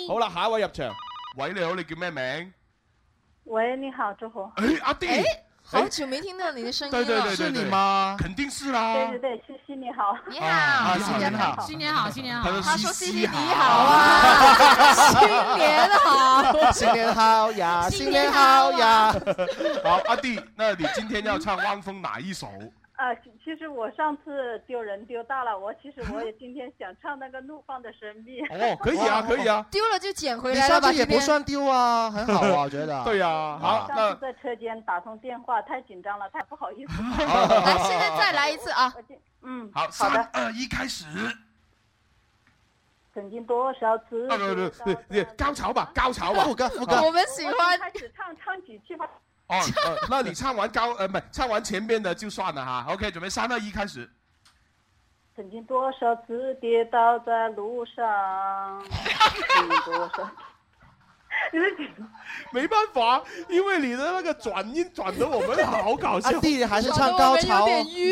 好啦，下一位入場。喂，你好，你叫咩名？
喂，你好，周红。
誒，哎阿弟。
哎好久沒聽到你的聲音
對
了。
啊
對對對，嗎？肯定是啦。
对对对，西西你好。
你
啊
好，
新年好
新年好，新年
啊
好。
他說
他說
西
西
西
西你
好
好 啊，新年好，
新年好呀，新年好呀。
好，阿弟，那你今天要唱汪峰哪一首？
啊，其其实我上次丢人丢大了，我其实我也今天想唱那个《怒放的生命》。
哦，可以啊，可以啊。
丢了就捡回
你
来了
上
吧。
次也不算丢啊，很好啊，我覺得。
對呀，好，啊
上
那
次在车间打通电话，太紧张了，太不好意思。
来，现在再来一次啊！
嗯，
好，
好
三
的。
二一，開始。
曾经多少次？
Ờ,
啊，不不不，你高潮吧，高潮 吧。
我们喜欢
开始唱唱几句吧。
哦，呃那你唱完高，呃，不，唱完前面的就算了哈。OK，准备三二一，开始。
曾经多少次跌倒在 路上？曾经多少？
没办法，因为你的那个转音转得我们好搞笑。
阿啊弟還是唱高潮，哦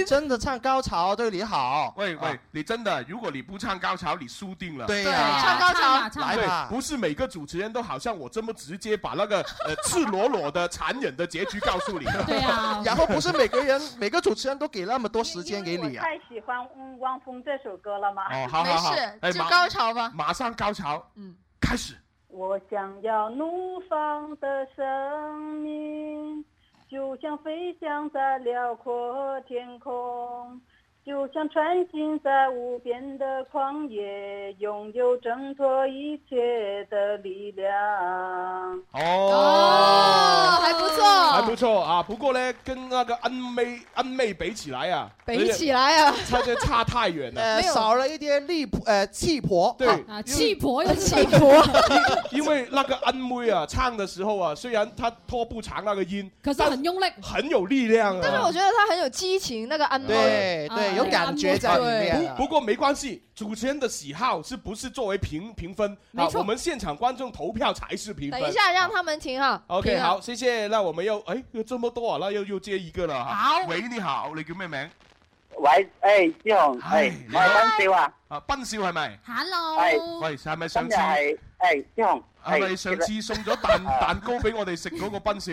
真的唱高潮對你好。
喂喂，你真的，如果你不唱高潮，你输定了。
对呀对唱高潮唱吧来吧
对，不是每个主持人都好像我这么直接把那个呃赤裸裸的残忍的结局告 诉你的。
然后不是每个人 每个主持人都给那么多时间给
我
你啊。
太喜欢嗯汪峰这首歌了嘛。
哦，好好好，哎马
潮吧。
马上高潮，嗯，开始。
我想要怒放的生命，就像飞翔在辽阔天空，就像穿行在无边的旷野，拥有挣脱一切的力量。
哦，
还不错
还不错啊。不过呢，跟那个恩妹恩妹比起来啊，
比起来啊
差这差太远了
呃，。少了一点力婆，呃，气婆，
对
啊，
气婆
又
气
婆，
因为那个恩妹啊，唱的时候啊，虽然她拖不长那个音，
可是很用力，
很有力量啊。
但是我觉得他很有激情，那个安
对
啊那个安慰对
不不过没关系，主持人的喜好是不是作为评评分？
没
啊
错
我们现场观众投票才是评分。
等一下让他们停哈。
OK，
停哈
好，。谢谢。那我们又哎，有这么多啊，那又又接一个了哈。
好
喂，你好，你叫咩名？
喂，诶，志雄，
係
我係斌少啊。
啊，斌少係咪？
係哎
Hello，
喂，係咪上次
今日係誒志雄，
係咪上次送咗 蛋蛋糕俾我哋食嗰個斌少？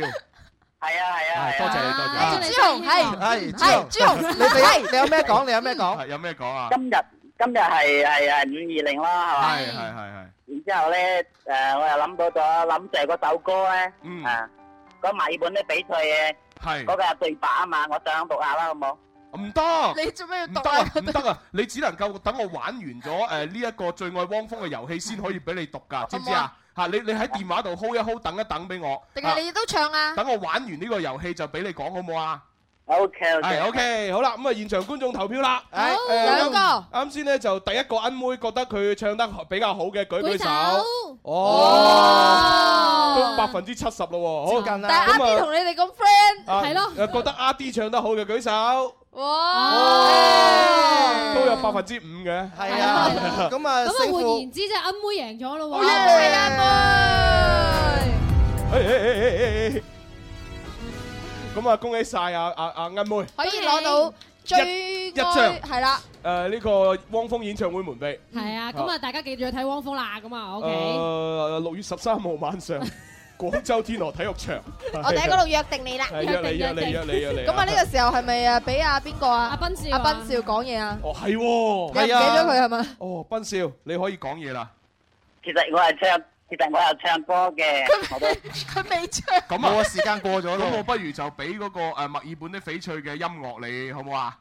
係啊係啊，
係多謝你，多謝你。
朱紅係
係
係
朱紅，你你你有咩講？你有咩講？
係有咩講啊？
今日今日係係係五二零啦，係嘛？
係係係係。
然之後咧，誒我又諗到咗諗住嗰首歌咧，啊，嗰墨爾本啲比賽嘅，
係
嗰個係對白啊嘛，我想讀下啦，好冇？
唔得，
你做咩要
唔得啊？唔得啊！你只能夠等我玩完咗誒呢一個最愛汪峰嘅遊戲先可以俾你讀㗎，知唔知啊？嚇你你喺電話度 hold 一 hold，等一等俾我。
定係你都唱啊？
等我玩完呢個遊戲就俾你講好唔好啊？
OK
OK OK 好啦，咁啊現場觀眾投票啦，
好
誒
兩個
啱啱先咧就第一個恩妹覺得佢唱得比較好嘅舉舉
舉手
手，
哦
都百分之七十咯喎，好
近
但係阿 B 同你哋咁 friend，
啊，誒覺得阿 D 唱得好嘅舉手，
Ờ.
哇！
都有百分之五嘅，
係啊 咁啊
咁啊，
勝負
換言之，即係阿妹贏咗咯喎。
誒誒誒誒誒咁啊恭喜晒阿阿阿恩妹，
可以攞到最
一一張
愛係啦，
誒呢個汪峰演唱會門飛，
係啊，咁啊，大家記住去睇汪峰啦，咁啊，OK。
誒六月十三號晚上廣州天河體育場，
我哋喺嗰度約定你啦。
係約你約你約你約你
咁啊，呢個時候係咪啊俾阿邊個啊？阿斌少，阿斌少講嘢啊？
哦，係喎，
你又唔記得佢係咪？
哦，斌少，你可以講嘢啦。
其實我係唱，其實我係唱歌嘅，我都
佢未出。
咁啊，
我時間過咗咯
咁我不如就俾嗰個誒墨爾本啲翡翠嘅音樂你，好唔好啊？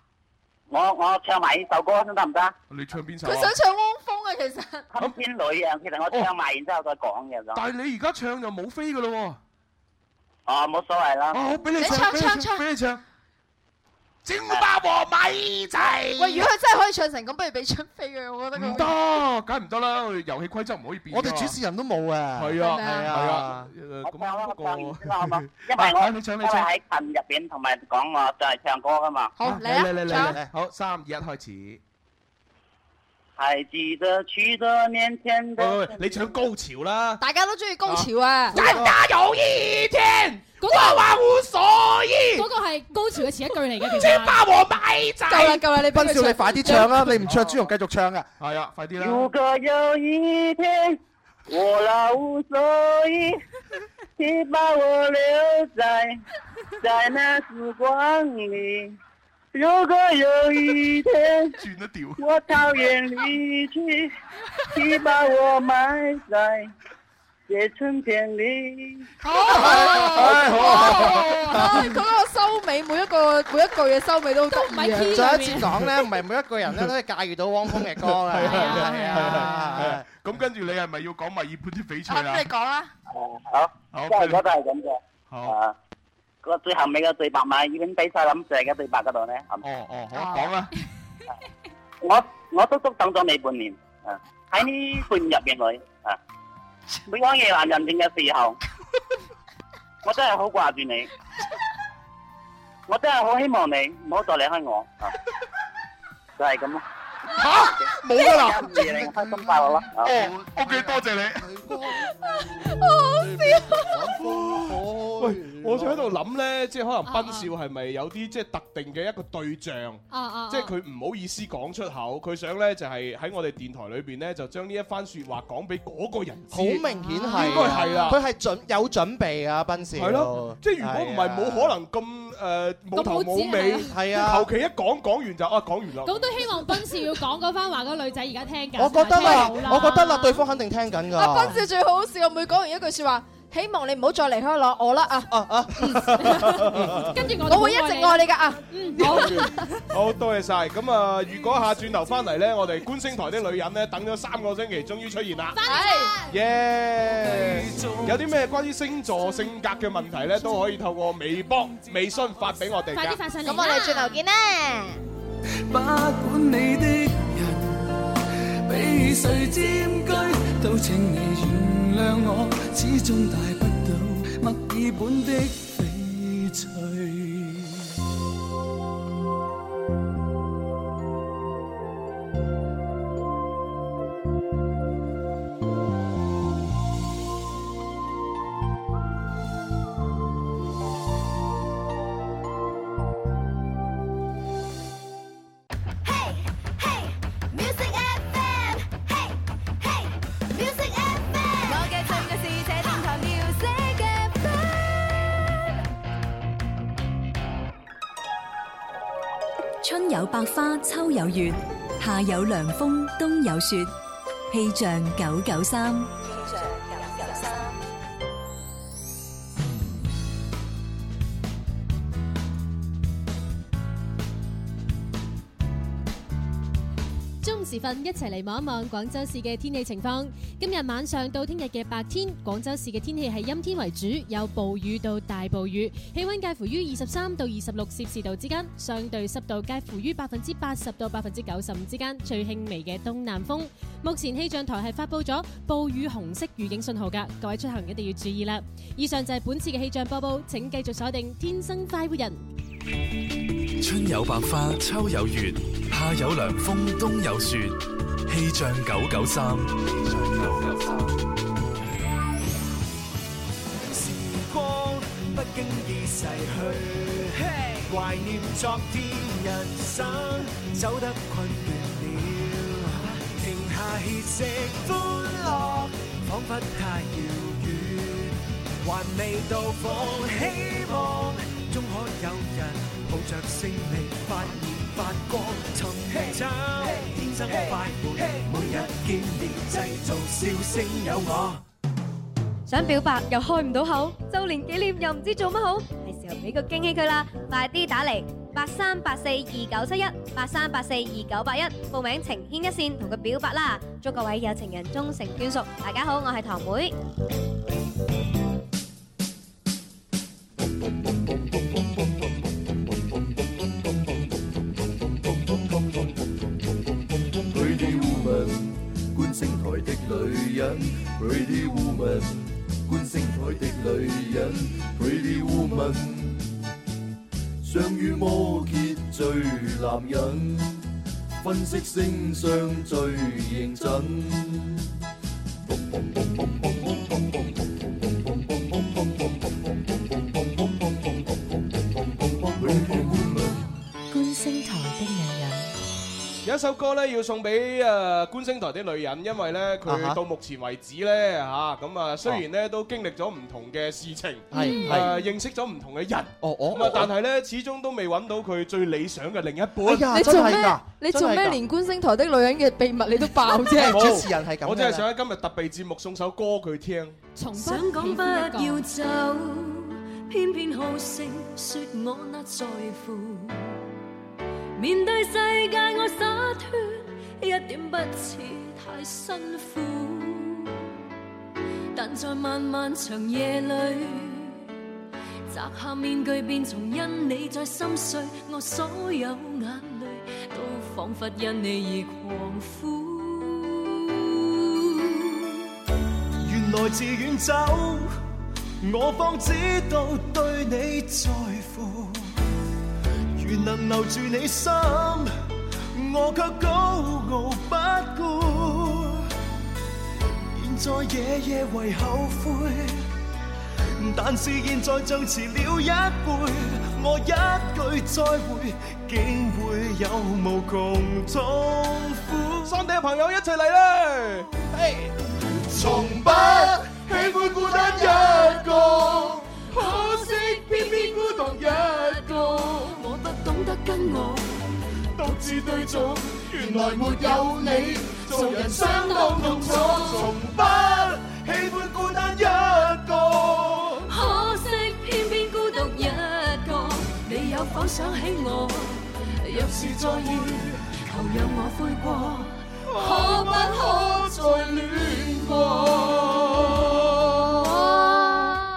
我我唱埋呢首歌先得唔得？
你唱邊首
佢
啊？
想唱汪峰啊，其實。
《天女》啊，其實我唱埋然之後再講嘅咁。
但係你而家唱就冇飛噶咯喎。
哦，冇所謂啦。
哦，我俾你
你唱
唱，俾
唱
你唱，俾你唱。整把和米仔。
喂，如果佢真係可以唱成咁，不如俾張飛佢，我覺得
唔。
佢
得，梗係唔得啦！我哋遊戲規則唔可以變㗎。
我哋主持人都冇啊，
係啊
係
係
啊
啊，咁啊不過
因為我
你唱
因
你
為
唱
喺群入邊同埋講我就係唱歌噶嘛。
嚟嚟嚟嚟，好，三二一開始。
还记得许多年前
喂喂
的
喂，你唱高潮啦。
大家都中意高潮啊！
真
家
有一天，
我
話無所依
嗰個係高潮嘅前一句嚟嘅，其實。
即霸王買仔。
夠啦夠啦，你斌少你快啲唱啦，你唔唱朱紅繼續唱啊，
係啊，快啲
如果有一天我老无所依，请把我留在在那时光里。如果有一天我讨厌离去，请把我埋在这春天里。
哎
好
啊佢嗰個收尾每一個每一句嘅收尾都好得意啊！
再一次講咧，唔係每一個人咧都可以駕馭到汪峰嘅歌嘅，係啊係啊。
咁跟住你係咪要講墨爾本啲翡翠
咁
啊
你？講啦。好，即係嗰度係咁嘅。好。個最後尾嘅對白咪已經俾晒諗住嘅對白嗰度咧。
哦哦，好講啦。
Ờ. 我我足足等咗你半年，啊喺呢半年入邊裏，啊每當夜闌人靜嘅時候，我真係好掛住你，我真係好希望你唔好再離開我，啊就係咁咯。
嚇啊冇㗎 啦！
二零開心快樂啦！啊
哦，OK，多謝你。喂，我就喺度諗咧，即係可能斌少係咪有啲即係特定嘅一個對象？
啊啊
即係佢唔好意思講出口，佢想咧就係喺我哋電台裏邊咧，就將呢一番説話講俾嗰個人知。
好明顯係，
應該係啦。
佢係準有準備啊，斌少。
係咯，即係如果唔係冇可能咁誒冇頭冇尾，
咁冇指係啊
求其一講講完就啊講完
Ờ.
啦。
咁都希望斌少要講嗰番話，嗰個女仔而家聽緊。
我覺得啊
聽到，
我覺得啦，對方肯定聽緊㗎。
斌少最好笑，每講完一句説話，希望你唔好再離開我我啦啊！
跟住
我會一直愛你㗎啊！
好多謝晒。咁啊，如果下轉頭翻嚟咧，我哋觀星台啲女人咧等咗三個星期，終於出現啦。耶！有啲咩關於星座性格嘅問題咧，都可以透過微博、微信發俾我哋㗎。
咁我哋轉頭見啦。
不管你的人比誰佔據，都請你原諒我，始終大不到墨爾本的翡翠。
Music FM，嘿，嘿，Music FM，我嘅最愛是這電台 Music FM。
春有百花，秋有月，夏有涼風，冬有雪。氣象九九三，
中午時分，一齊嚟望一望廣州市嘅天氣情況。今日晚上到聽日嘅白天，廣州市嘅天氣係陰天為主，有暴雨到大暴雨，氣温介乎於二十三到二十六攝氏度之間，相對濕度介乎於百分之八十到百分之九十五之間，最輕微嘅東南風。目前氣象台係發布咗暴雨紅色預警信號㗎，各位出行一定要注意啦。以上就係本次嘅氣象播報，請繼續鎖定《天生快活人》。
春有百花，秋有月，夏有涼風，冬有雪。氣象九九三，
時光不經意逝去，懷念昨天，人生走得困倦了，停下歇息，歡樂彷彿太遙遠，還未到訪，希望終可有人抱着勝利發現發光，尋找天生快活，每日見面製造笑聲有我。
想表白又開唔到口，周年紀念又唔知做乜好，係時候俾個驚喜佢啦！快啲打嚟八三八四二九七一八三八四二九八一報名情牽一線，同佢表白啦！祝各位有情人終成眷屬！大家好，我係堂妹。
Pretty Woman，觀星台的女人。Pretty Woman，觀星台的女人。Pretty Woman，想與摩羯最男人，分析星相最認真。Pretty Woman。
观星台的女人。
有一首歌咧要送俾誒觀星台啲女人，因為咧
啊
佢
哈
到目前為止咧嚇咁啊，雖然咧都經歷咗唔同嘅事情，
係
誒
係
認識咗唔同嘅人，
哦哦
咁啊
哦，
但係咧始終都未揾到佢最理想嘅另一
哎
半。
呀你做真係咩㗎你做咩連觀星台的女人嘅秘密你都爆啫？
冇我真係想喺今日特備節目送首歌佢聽。
想講不要走，偏偏好勝，說我不在乎。面對世界我灑脱，一點不似太辛苦。但在漫漫長夜裏，摘下面具便重因你在心碎，我所有眼淚都彷彿因你而狂呼。原來自
遠走，我方知道對你在乎。如能留住你心，我卻高傲不顧。現在夜夜為後悔，但是現在像遲了一倍。我一句再會，竟會有無窮痛苦。
山頂嘅朋友一齊嚟啦！
從
不
喜歡孤單
一
個，
可惜偏偏孤獨一個，我不懂得跟我獨自對坐，原來沒有你，做人相當痛楚。從不
喜歡孤單一個。
是再遇，求讓我悔過，
可
可
不
不
可
可
再
再
戀
戀
過
過？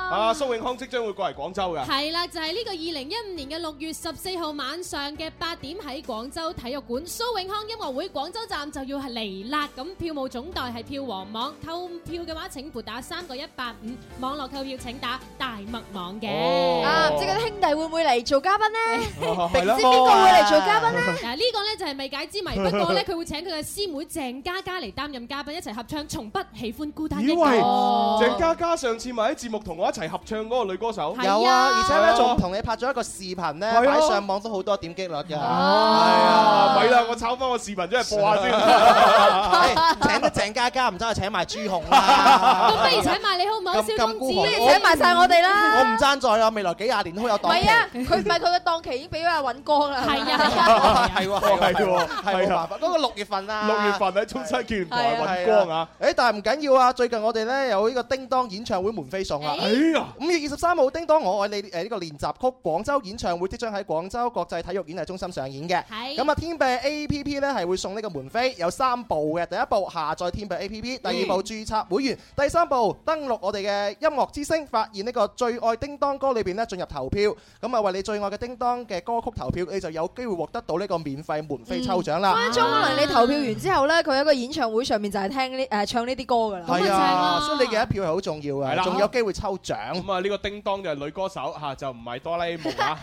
啊，蘇永康即將會過嚟廣州 㗎。
係啦，就係呢個二零一五年嘅六月十四號晚上嘅八點喺廣州體育館蘇永康音樂會廣州站就要係嚟啦！咁票務總代係票王網，購票嘅話請撥打三個一八五，網絡購票請打大麥網嘅。
啊，唔知嗰啲兄弟會唔會嚟做嘉賓咧？
哦
定唔知邊個會嚟做嘉賓啊咧？
嗱呢個咧就係未解之謎，不過咧佢會請佢嘅師妹鄭嘉嘉嚟擔任嘉賓，一齊合唱《從不喜歡孤單一哦
以
個》。
為鄭嘉嘉上次咪喺節目同我一齊合唱嗰個女歌手，
有啊，而且咧
哦
仲同你拍咗一個視頻咧，
係啊
擺上網都好多點擊率㗎。係
哦
啊，
啊
咪啦，我抄翻個視頻出嚟播 下先。
哎請得鄭嘉嘉，唔得就請埋朱紅 啦。
咁不如請埋你好唔好，
咁
蕭
咁
公
孤
子？
寒，
你請埋晒我哋啦
我唔爭在啊，未來幾廿年都好有
唔
檔期
係。啊， 佢唔係佢嘅檔期已經俾咗阿尹光啦。係
係喎，係喎，
係
係冇
啊
辦法。嗰個六月份啊，
六月份喺中西紀念堂揾光啊！！
誒，但係唔緊要啊，最近我哋咧有呢個叮當演唱會門飛送啊！
哎呀，
五月二十三號，叮當我愛你誒呢個練習曲廣州演唱會即將喺廣州國際體育演藝中心上演嘅。
係
咁啊，天幣 A P P 咧係會送呢個門飛，有三步嘅。第一步下載天幣 A P P，第二步註冊會員，第三步登錄我哋嘅音樂之聲，發現呢個最愛叮當歌裏邊咧進入投票。咁啊，為你最愛嘅叮當嘅歌曲投票，你就有機會獲得到呢個免費
Ừ.
門飛抽獎啦。
分分鐘可能你投票完之後咧，佢喺個演唱會上面就係聽呢誒唱呢啲歌噶啦。
係啊，所以你嘅一票係好重要
係啦
啊，仲有機會抽獎。
咁啊，呢個叮當就係女歌手嚇，就唔係哆啦 A 夢啊。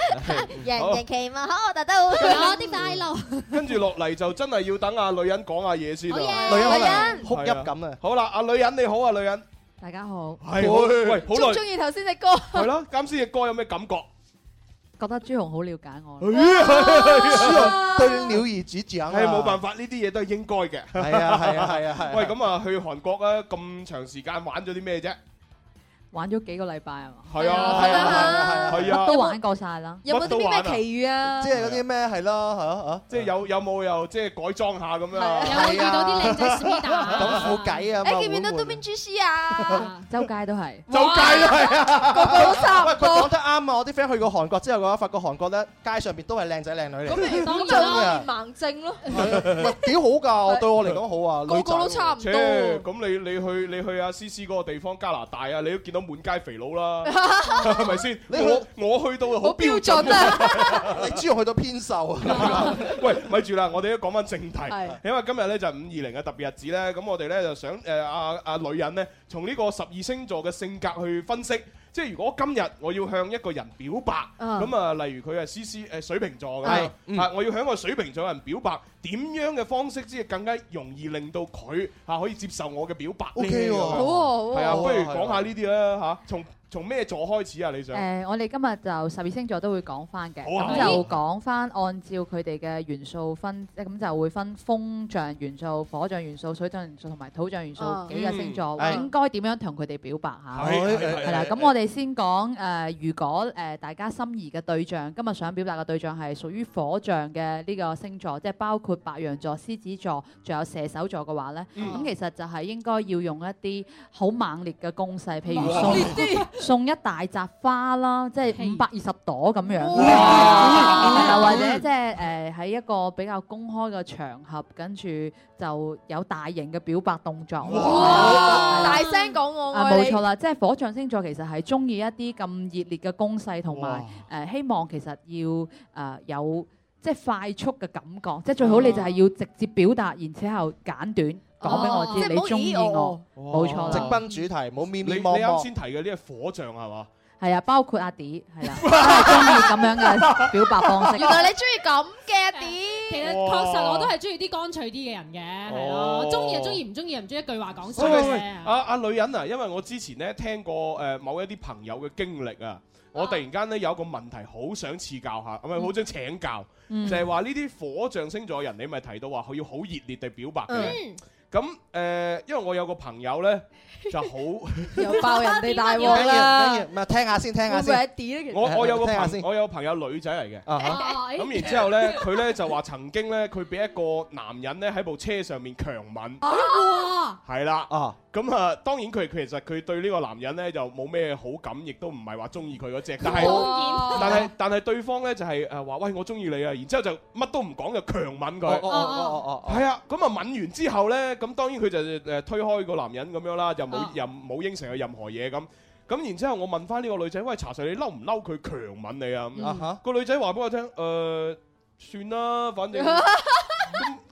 人
好
人期望可我達到，我
的快樂。
跟住落嚟就真係要等阿女人講下嘢先啦。
女人可能
哭泣咁啊！好啦，阿女人你好啊，女人。
大家好，
係好喂，
中
好
唔
耐
中。意頭先隻歌？
係咯，啱先嘅歌有咩感覺？
覺得朱紅好了解我。
哎
對鳥兒主掌
係冇辦法，呢啲嘢都係應該嘅。
係啊係啊係啊係啊
喂，咁啊，去韓國啊，咁長時間玩咗啲咩啫？
玩咗幾個禮拜啊嘛，
係啊，係啊，係啊，
乜都玩過晒啦。
有冇啲咩奇
遇啊
即係嗰啲咩係咯嚇嚇，
即係有有冇又即係改裝下咁樣啊？
有冇遇到啲靚仔
à?
Smida？
咁副計啊嘛，
誒見唔見到
會
東邊豬師啊？
周街都係，
周街都係
啊，
個個都三
喂，佢講得啱啊！我啲 friend 去過韓國之後嘅話，發覺韓國咧街上邊都係靚仔靚女嚟。
咁
真
咁就多面
嘅
盲症咯。
喂幾好㗎，對我嚟講好啊，
個個都差唔多
切咁你你去你去阿思思嗰個地方加拿大啊，你都見到滿街肥佬 啦，係咪先？我我去到就好標準 啊！
你主要去到偏瘦
啊！ 喂，咪住啦，我哋都講翻正題
係，
因為今日咧就五二零嘅特別日子咧，咁我哋咧就想誒阿阿女人咧，從呢個十二星座嘅性格去分析。即係如果今日我要向一個人表白，
啊
咁啊，例如佢係 C C 誒水瓶座咁
係
樣，啊，我要向一個水瓶座人表白，點樣嘅方式先係更加容易令到佢嚇可以接受我嘅表白
OK 喎
呢
好喎好喎
係啊，
好
不
喎
如
係喎
講下呢啲啦嚇，從從咩座開始啊？你想？
誒，呃我哋今日就十二星座都會講翻嘅，
好啊
咁就講翻按照佢哋嘅元素分，即係咁就會分風象元素、火象元素、水象元素同埋土象元素哦幾個星座，嗯應該點樣同佢哋表白下？係係係係啦係，咁我哋先講誒，如果誒大家心儀嘅對象，今日想表達嘅對象係屬於火象嘅呢個星座，即係包括白羊座、獅子座，仲有射手座嘅話咧，嗯咁其實就係應該要用一啲好猛烈嘅攻勢，譬如猛烈送。送一大扎花啦，即係五百二十朵咁樣，係啦，哇或者即係誒喺一個比較公開嘅場合，跟住就有大型嘅表白動作。
哇！
係啦
大聲講我
啊，
愛
冇
你。
錯啦，即係火象星座其實係中意一啲咁熱烈嘅攻勢，同埋誒希望其實要誒、呃有即係快速嘅感覺，即係最好你就係要直接表達，然之後簡短講俾我知你中意我，冇錯
哦直
啦。
奔主題，冇咪
你你
咪摸摸
啱。先提嘅呢係火象係嘛？
係啊，包括阿迪係啦，都 係中意咁樣嘅表白方式。
原來你中意咁嘅啲。
其實確實我都係中意啲乾脆啲嘅人嘅，係咯，中意就中意，唔中意就唔中意，一句話講晒
喂喂喂
嘅。
阿阿女人啊，因為我之前咧聽過誒某一啲朋友嘅經歷啊，我突然間咧有一個問題好想賜教下，咁咪好想請教，
嗯
就係話呢啲火象星座人，你咪提到話佢要好熱烈地表白嘅。
嗯
咁誒、呃因為我有個朋友咧就 好，
又爆人哋大鑊
唔緊要
啦
唔！係聽下先，聽下
啊會唔會係
先。
啲咧其實
我我有個
聽下
朋
先啊
我有個朋友女仔嚟嘅，
哦
哈
咁然之後咧，佢咧就話曾經咧，佢俾一個男人咧喺部車上面強吻，
哦
哇！
係啦，咁啊當然佢其實佢對呢個男人咧就冇咩好感，亦都唔係話中意佢嗰只，但係
當然
但係但係對方咧就係誒話喂我中意你啊，然之後就乜都唔講就強吻佢，
哦哦哦哦哦哦
係啊，咁啊吻完之後咧，咁當然佢就誒推開個男人咁樣啦，就
啊
冇任冇應承佢任何嘢咁。咁然之後，我問翻呢個女仔：喂，查實你嬲唔嬲佢強吻你啊？咁
啊哈
個女仔話俾我聽：誒，算啦，反正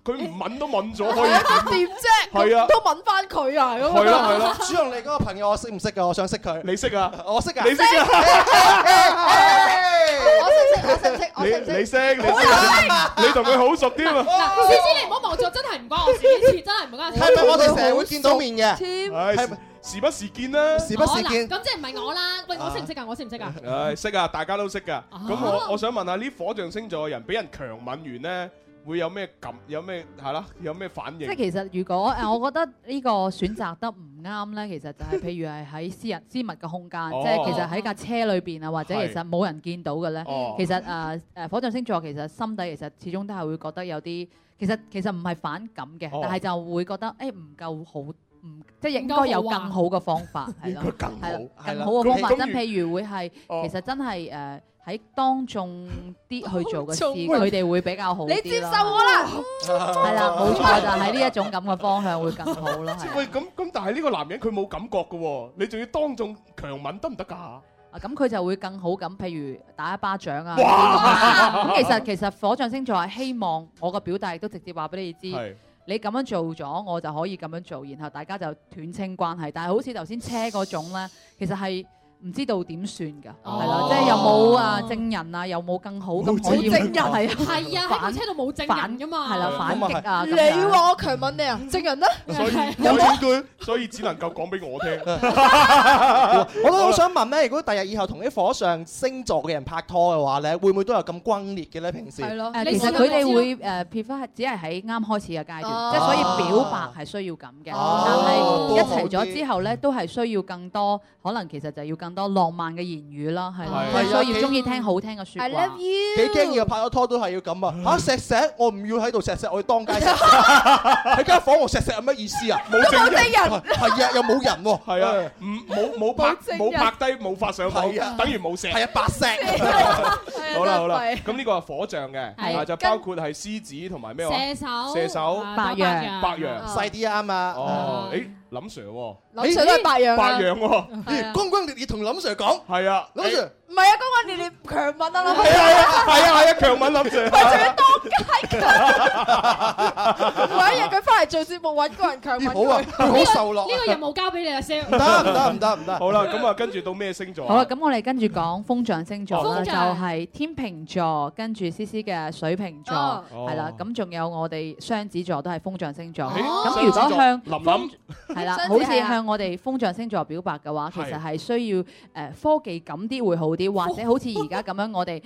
佢唔吻都吻咗，可以
點啫？
係啊
咁都問翻佢啊，咁
係啦係啦
朱紅，你嗰個朋友我識唔識噶？我想識佢。
你識啊？
我識啊。
你識啊
我識唔識？我識唔識？我
你
識唔識？
你識你識，你同佢好熟添啊！
嗱，思思你唔好望住我，真係唔關我事，呢次真係唔 關我事。
係咪我哋成
日會見到面嘅
唉，時時不時見啦，
時
哦嗱咁即係唔係我啦？喂，我識唔識啊？我識唔識啊？
唉，識啊，大家都識噶。咁我我想問下，呢火象星座嘅人俾人強吻完咧，會有咩感？有咩係啦？有咩反
即
應？
係其實如果 誒，我覺得呢個選擇得唔啱咧，其實就係譬如係喺私人 私密嘅空間，
哦
即係其實喺架車裏邊啊，或者其實冇人見到嘅咧
哦，
其實誒誒火象星座其實心底其實始終都係會覺得有啲，其實其實唔係反感嘅，
哦
但係就會覺得誒唔夠好，唔即係
唔
應
夠
該
好
有
啊
更好嘅方法係咯，
更好
係啦
係啦
更好嘅方法，
咁
即係
咁如
譬如會係
哦
其實真係誒喺當眾啲去做嘅事，
當眾
佢哋會比較好
你
啲
接受
啦
我啦，
係啦，冇錯就係呢一種咁嘅方向會更 好咯。係
喂，咁咁，但係呢個男人佢冇感覺嘅喎，你仲要當眾強吻得唔得㗎？
啊咁佢就會更好咁，譬如打一巴掌啊。
哇
咁其實其實火象星座係希望我個表達亦都直接話俾你
係
知。你咁樣做咗，我就可以咁樣做，然後大家就斷清關係。但係好似頭先車嗰種咧，其實係唔知道點算㗎，係啦，即係有冇啊證人啊，有冇更好咁可以
證人
係
係啊，喺部車度冇證人㗎嘛。
係啦反擊啊嗯咁樣
哦你話我強吻你啊？證人呢？
所以有冇所以只能夠講俾我聽。
啊
我都好想問咧，如果第日以後同啲火象星座嘅人拍拖嘅話咧，會唔會都有咁轟烈嘅咧？平時
誒其實佢哋會誒 prefer 係只係喺啱開始嘅階
哦
段，即係所以表白係需要咁嘅，
哦
但係一齊咗之後咧，都係需要更多，可能其實就要更多浪漫嘅言語啦，係啦
係，
即係需
係啊
要中意聽好聽嘅説
I
話
love。you。
幾驚要拍咗拖都係要咁啊！嚇錫錫，我唔要喺度錫錫，我要當街 錫錫喺間房度錫錫有乜意思啊？
冇證 人
係啊，又冇人喎，
係啊，唔冇冇拍冇拍低冇發上網，
係啊
等於冇石。
係啊，白石。
好啦好啦，
真係
咁呢個係火象嘅，
係
啊就包括係獅子同埋咩話？
射手
射手
啊、白羊
白羊
細啲啊啱啊
哦，誒林 Sir 喎，
林 Sir 都係白羊啊
白羊喎，
係啊
轟轟烈烈同林 Sir 講，
係啊，
林 Sir
唔係啊，嗰個烈烈強吻啊，
係啊係啊係啊係啊，強吻林 Sir。
有一日佢翻嚟做節目揾個人強吻佢，
好啊佢好受落
呢個任務交俾你啊啦，Sir。
唔得唔得。
好啦，咁啊，跟住到咩星座啊？
好啦，咁我哋跟住講風象星座
哦
啦，
風
就
象
係天秤座，跟住思思嘅水瓶座，
哦
係啦，咁仲有我哋雙子座都係風象星座。
咦
哦
咁如果向
林林
係啦，
雙子
好似
係啊
向我哋風象星座表白嘅話，其
係
實係需要誒、呃科技感啲會好啲，或者好似而家咁樣，我哋誒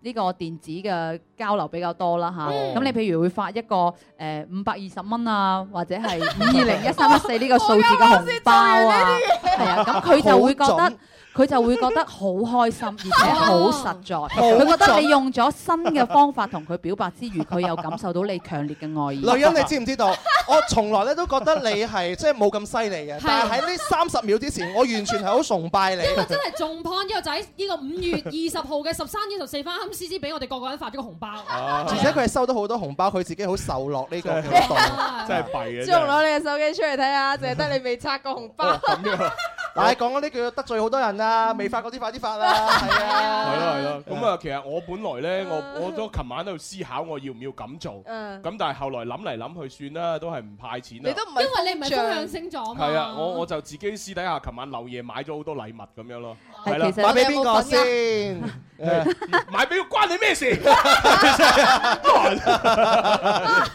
呢個電子嘅交流比較多啦吓，
嗯
咁、你譬如會發一個誒五百二十蚊啊，或者係二零一三一四呢個數字嘅紅包啊，係啊，咁佢就會覺
好
得
準。
佢就會覺得好開 心，而且好實在。
準
佢覺得你用咗新嘅方法同佢表白之餘，佢又感受到你強烈嘅愛意。
女人，你知唔知道？我從來咧都覺得你係即係冇咁犀利嘅，但係喺呢三十秒之前，我完全係好崇拜 你。
呢個真係重 point 呢個仔，呢個五月二十號嘅十三點十四分，啱思思俾我哋個個人發咗個紅包。啊
而且佢係收到好多紅包，佢自己好受落呢個活動，
啊真係弊啊嘅
朱紅攞你嘅手機出嚟睇下，淨係得你未拆過 紅包。
嗱，講咗呢句得罪好多人啦，未發嗰啲快啲發啦，係啊。
係啦係啦，咁啊，其實我本來咧，我我都琴晚喺度思考我要唔要咁做，
嗯
咁但係後來諗嚟諗去，算啦，都係唔派錢啦
你。都唔係，
因為你唔係風象星座嘛。
係啊，我我就自己私底下琴晚漏夜買咗好多禮物咁樣咯，
係
係啦
其實，買俾邊個
啊 先？
買俾關你咩事？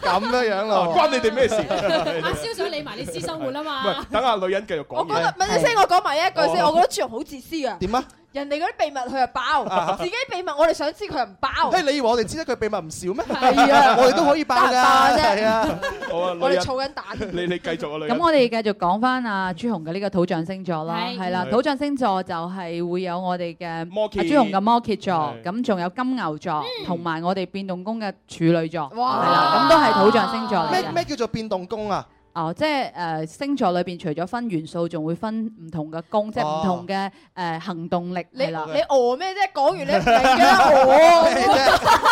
咁
樣樣咯，
關你哋咩事？
阿蕭想理埋你私生活啊嘛。
喂，等下女人繼續講
我覺得
嘢。
唔係，你先我講埋呢一句先，我覺得朱紅好自私㗎。
哦點啊？啊
人哋嗰啲秘密佢又爆，自己秘密我哋想知佢又唔爆。
嘿，你以為我哋知得佢秘密唔少咩？
係啊
我哋都可以爆㗎，
得閒爆啫
係啊，
好啊，
我哋
女人
儲緊蛋
你你繼續啊，女人。
咁我哋繼續講翻阿朱紅嘅呢個土象星座啦，
係
係啦，
係
土象星座就係會有我哋嘅阿
蠍
朱紅嘅摩羯座，咁仲有金牛座，同埋我哋變動宮嘅處女座，係啦，咁都係土象星座嚟
咩
嘅。
咩叫做變動宮啊？
哦，即係誒、呃星座裏邊除咗分元素，仲會分唔同嘅宮，即係唔同嘅誒、呃行動力
你
係啦。
你餓咩啫？講完你唔明 㗎啦，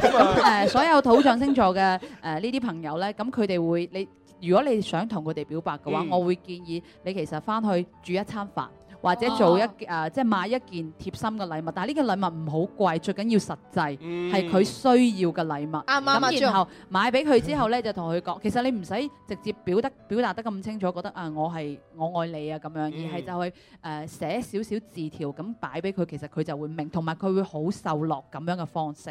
咁 誒，所有土象星座嘅誒呢啲朋友咧，咁佢哋會你，如果你想同佢哋表白嘅話，
嗯
我會建議你其實翻去煮一餐飯。或者
哦
做一誒、呃即係買一件貼心嘅禮物，但係呢個禮物唔好貴，最緊要實際，係佢、需要嘅禮物。
嗯啱啱啊
咁然
張
後買俾佢之後咧，就同佢講，其實你唔使直接表得表達得咁清楚，覺得啊我係我愛你啊咁樣，而
嗯
係就去誒、呃、寫少少字條咁擺俾佢，其實佢就會明，同埋佢會好受落咁樣嘅方式。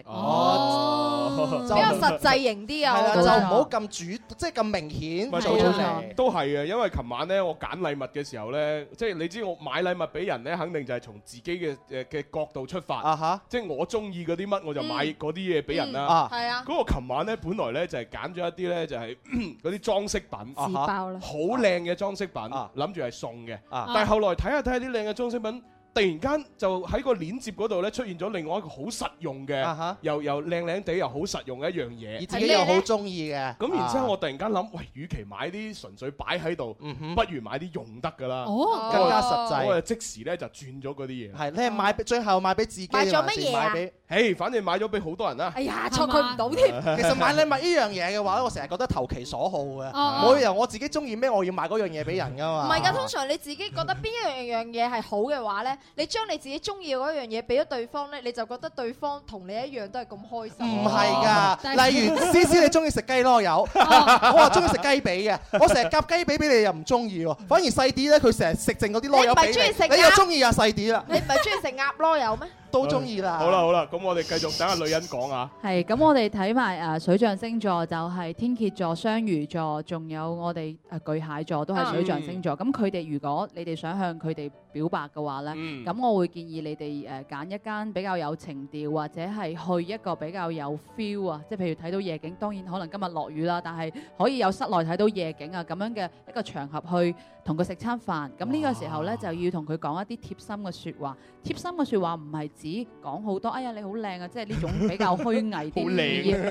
哦
比較實際型啲啊，
係啦，
我
就
覺得
唔好咁主，即係啊咁明顯
唔係啊
做出嚟。
都係嘅，因為琴晚咧，我揀禮物嘅時候咧，即係你知我買禮物俾人咧，肯定就係從自己嘅誒嘅角度出發。
啊
即係我中意嗰啲乜，我就買嗰啲嘢俾人
嗯
啦
啊。係啊
嗰我琴晚咧，本來咧就係揀咗一啲咧，就係 嗰啲裝飾
啊
品，自爆
啦
好靚嘅裝飾品，諗住係送嘅。
啊
但係後來睇下睇下啲靚嘅裝飾品。突然間就喺個鏈接嗰度咧出現咗另外一個好實用嘅，又又靚靚地又好實用嘅一樣嘢，
啊而自己又好中意嘅。
咁然之
啊
後，我突然間諗，喂，與其買啲純粹擺喺度，不如買啲用得㗎啦，
哦更加實際
我就即時咧就轉咗嗰啲嘢。
係你係買俾最後買俾自己，
買咗
定還是
乜嘢啊
買俾？
誒，反正買咗俾好多人啦。
哎呀
錯佢唔 到添
其實買禮物呢樣嘢嘅話咧，我成日覺得投其所好嘅。
哦
冇理由我自己中意咩，我要買嗰樣嘢俾人噶
唔
嘛。
係㗎，通常你自己覺得邊一樣樣嘢係好嘅話咧，你將你自己中意嘅嗰樣嘢俾咗對方咧，你就覺得對方同你一樣都係咁開心。
唔係㗎，例如
但係哦
思思你中意食雞囉柚，我話中意食雞髀嘅，我成日夾雞髀俾你又唔中意喎，反而細啲咧佢成日食剩嗰啲囉柚俾
你唔係中意食
你，
㗎
你又中意啊細啲啦，
你唔係中意食鴨咯有咩？
都中意啦。
好啦好啦，咁我哋繼續等下女人講啊。
係咁，我哋睇埋呃誒水象星座就係天蠍座、雙魚座，仲有我哋誒巨蟹座都
嗯
係水象星座。咁佢哋如果你哋想向佢哋表白嘅話咧，
嗯
咁我會建議你哋誒呃揀一間比較有情調，或者係去一個比較有 feel 啊，即係譬如睇到夜景，當然可能今日落雨啦，但係可以有室內睇到夜景啊咁樣嘅一個場合去同佢食餐飯。咁呢個時候咧就要同佢講一啲貼心嘅説話。貼心嘅説話唔係指講好多，哎呀你好靚啊，即係呢種比較虛
好
偽
靚啊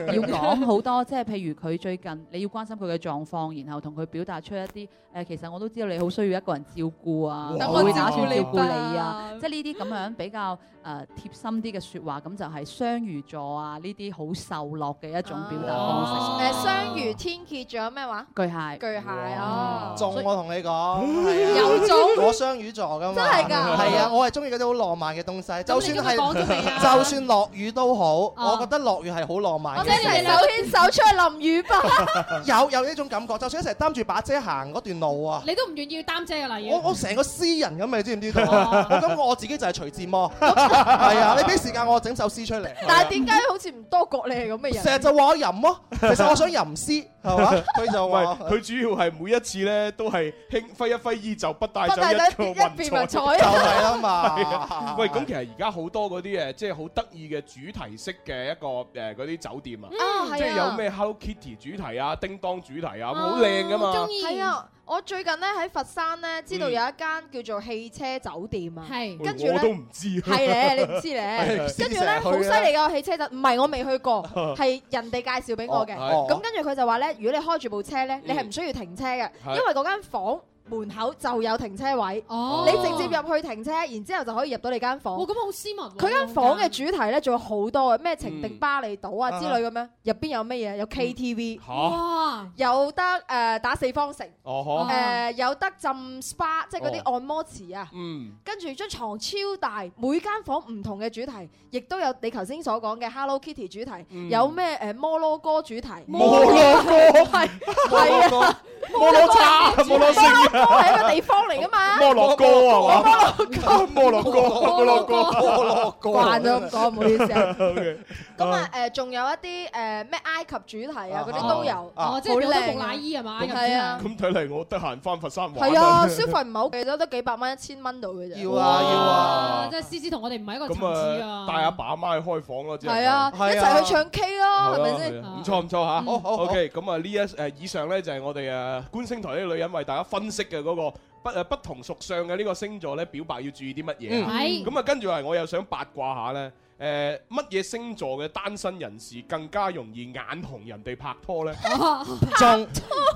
要要講好多，即係譬如佢最近你要關心佢嘅狀況，然後同佢表達出一啲誒、呃其實我都知道你好需要一個人照顧啊，
哇
我會打算照顧你啊，即係呢啲咁樣比較誒、呃、貼心啲嘅説話，咁就係雙魚座啊呢啲好受落嘅一種表達
哦
方式。
誒雙魚、天蠍仲有咩話？
巨蟹，
巨蟹哦，嗯
仲我同你講，係啊
有種
我雙魚座噶嘛，
真係㗎
係啊，我係中意嗰啲好浪漫嘅東西，就算
你今日講咗未
係
啊哦
就算落雨都好，我覺得落雨係好浪漫
我
嘅
哋一齊
事。
手牽手出去淋雨吧。
有有呢種感覺，就算一齊擔住把遮行嗰段路啊，
你都唔願意擔遮㗎啦，已經
我我成個詩人咁，你知唔知道？我感覺我自己就係徐志摩，係啊，你俾時間我整首詩出嚟。
但係點解好似唔多覺你係咁嘅人？
成日就話我淫咯，其實我想淫詩，係嘛？佢就話
喂佢主要係每一次咧都係輕揮一揮衣袖，不帶走
不帶
一
走
個
一
雲彩，
片雲彩就係啦嘛
係啊 喂，咁其實而家好多嗰啲誒，即係好得意嘅主題式嘅一個誒嗰啲酒店啊
嗯啊係，啊
即係有咩 Hello Kitty 主題啊、叮當主題啊，咁好靚噶嘛。嗯
係啊，我最近咧喺佛山咧，知道有一間叫做汽車酒店啊。係跟住
我都
咧。
唔知。。，
係咧，你唔知咧跟住咧，好犀利㗎，汽車就唔係我未去過 係人哋介紹俾我嘅。
哦係嗯
咁跟住佢就話咧，如果你開住部車咧，你係唔需要停車嘅，
係
因為嗰間房。門口就有停車位，
哦
你直接入去停車，然之後就可以入到你間房。
哇咁好斯文喎
佢間房嘅主題咧，仲有好多嘅，咩情敵巴厘島啊
嗯
之類咁樣，入邊有乜嘢？有 KTV，
嗯嚇哇
有得誒打四方城，
哦呵
誒有得浸 SPA，即係嗰啲
哦
按摩池啊。
嗯。
跟住張床超大，每間房唔同嘅主題，亦都有你頭先所講嘅 Hello Kitty 主題，
嗯
有呃咩誒摩洛哥主題，
摩洛哥
哦係係
摩洛
啊，
哥摩洛叉 摩洛星啊
摩洛哥係一個地方嚟噶嘛。
摩洛哥啊嘛，摩洛哥，摩洛哥，
摩
洛哥
慣咗咁講唔好意 思啊
OK，
咁啊誒，仲有一啲誒呃咩埃及主題啊嗰啲都有，
啊
好
哦即係
變咗
靚
木乃伊係嘛埃及主題
係啊。
咁睇嚟我得閒翻佛山玩
係啊，消費唔係好記得，都幾百蚊、一千蚊度嘅啫。
要啊要啊
真係思思同我哋唔係一個層
咁
次啊！
啊，帶阿爸阿媽去開房咯，即
係啊，一齊去唱 K 咯，係咪
係
先？嗯
啊唔錯唔錯嚇。好好 OK，咁啊呢一誒以上咧就係我哋誒觀星台啲女人為大家分析嘅嗰個。不呃誒不同屬相嘅呢個星座咧，表白要注意啲乜嘢啊？
嗯係
咁啊，跟住係我又想八卦下咧，誒乜嘢星座嘅單身人士更加容易眼紅人哋拍拖 咧？
哦
仲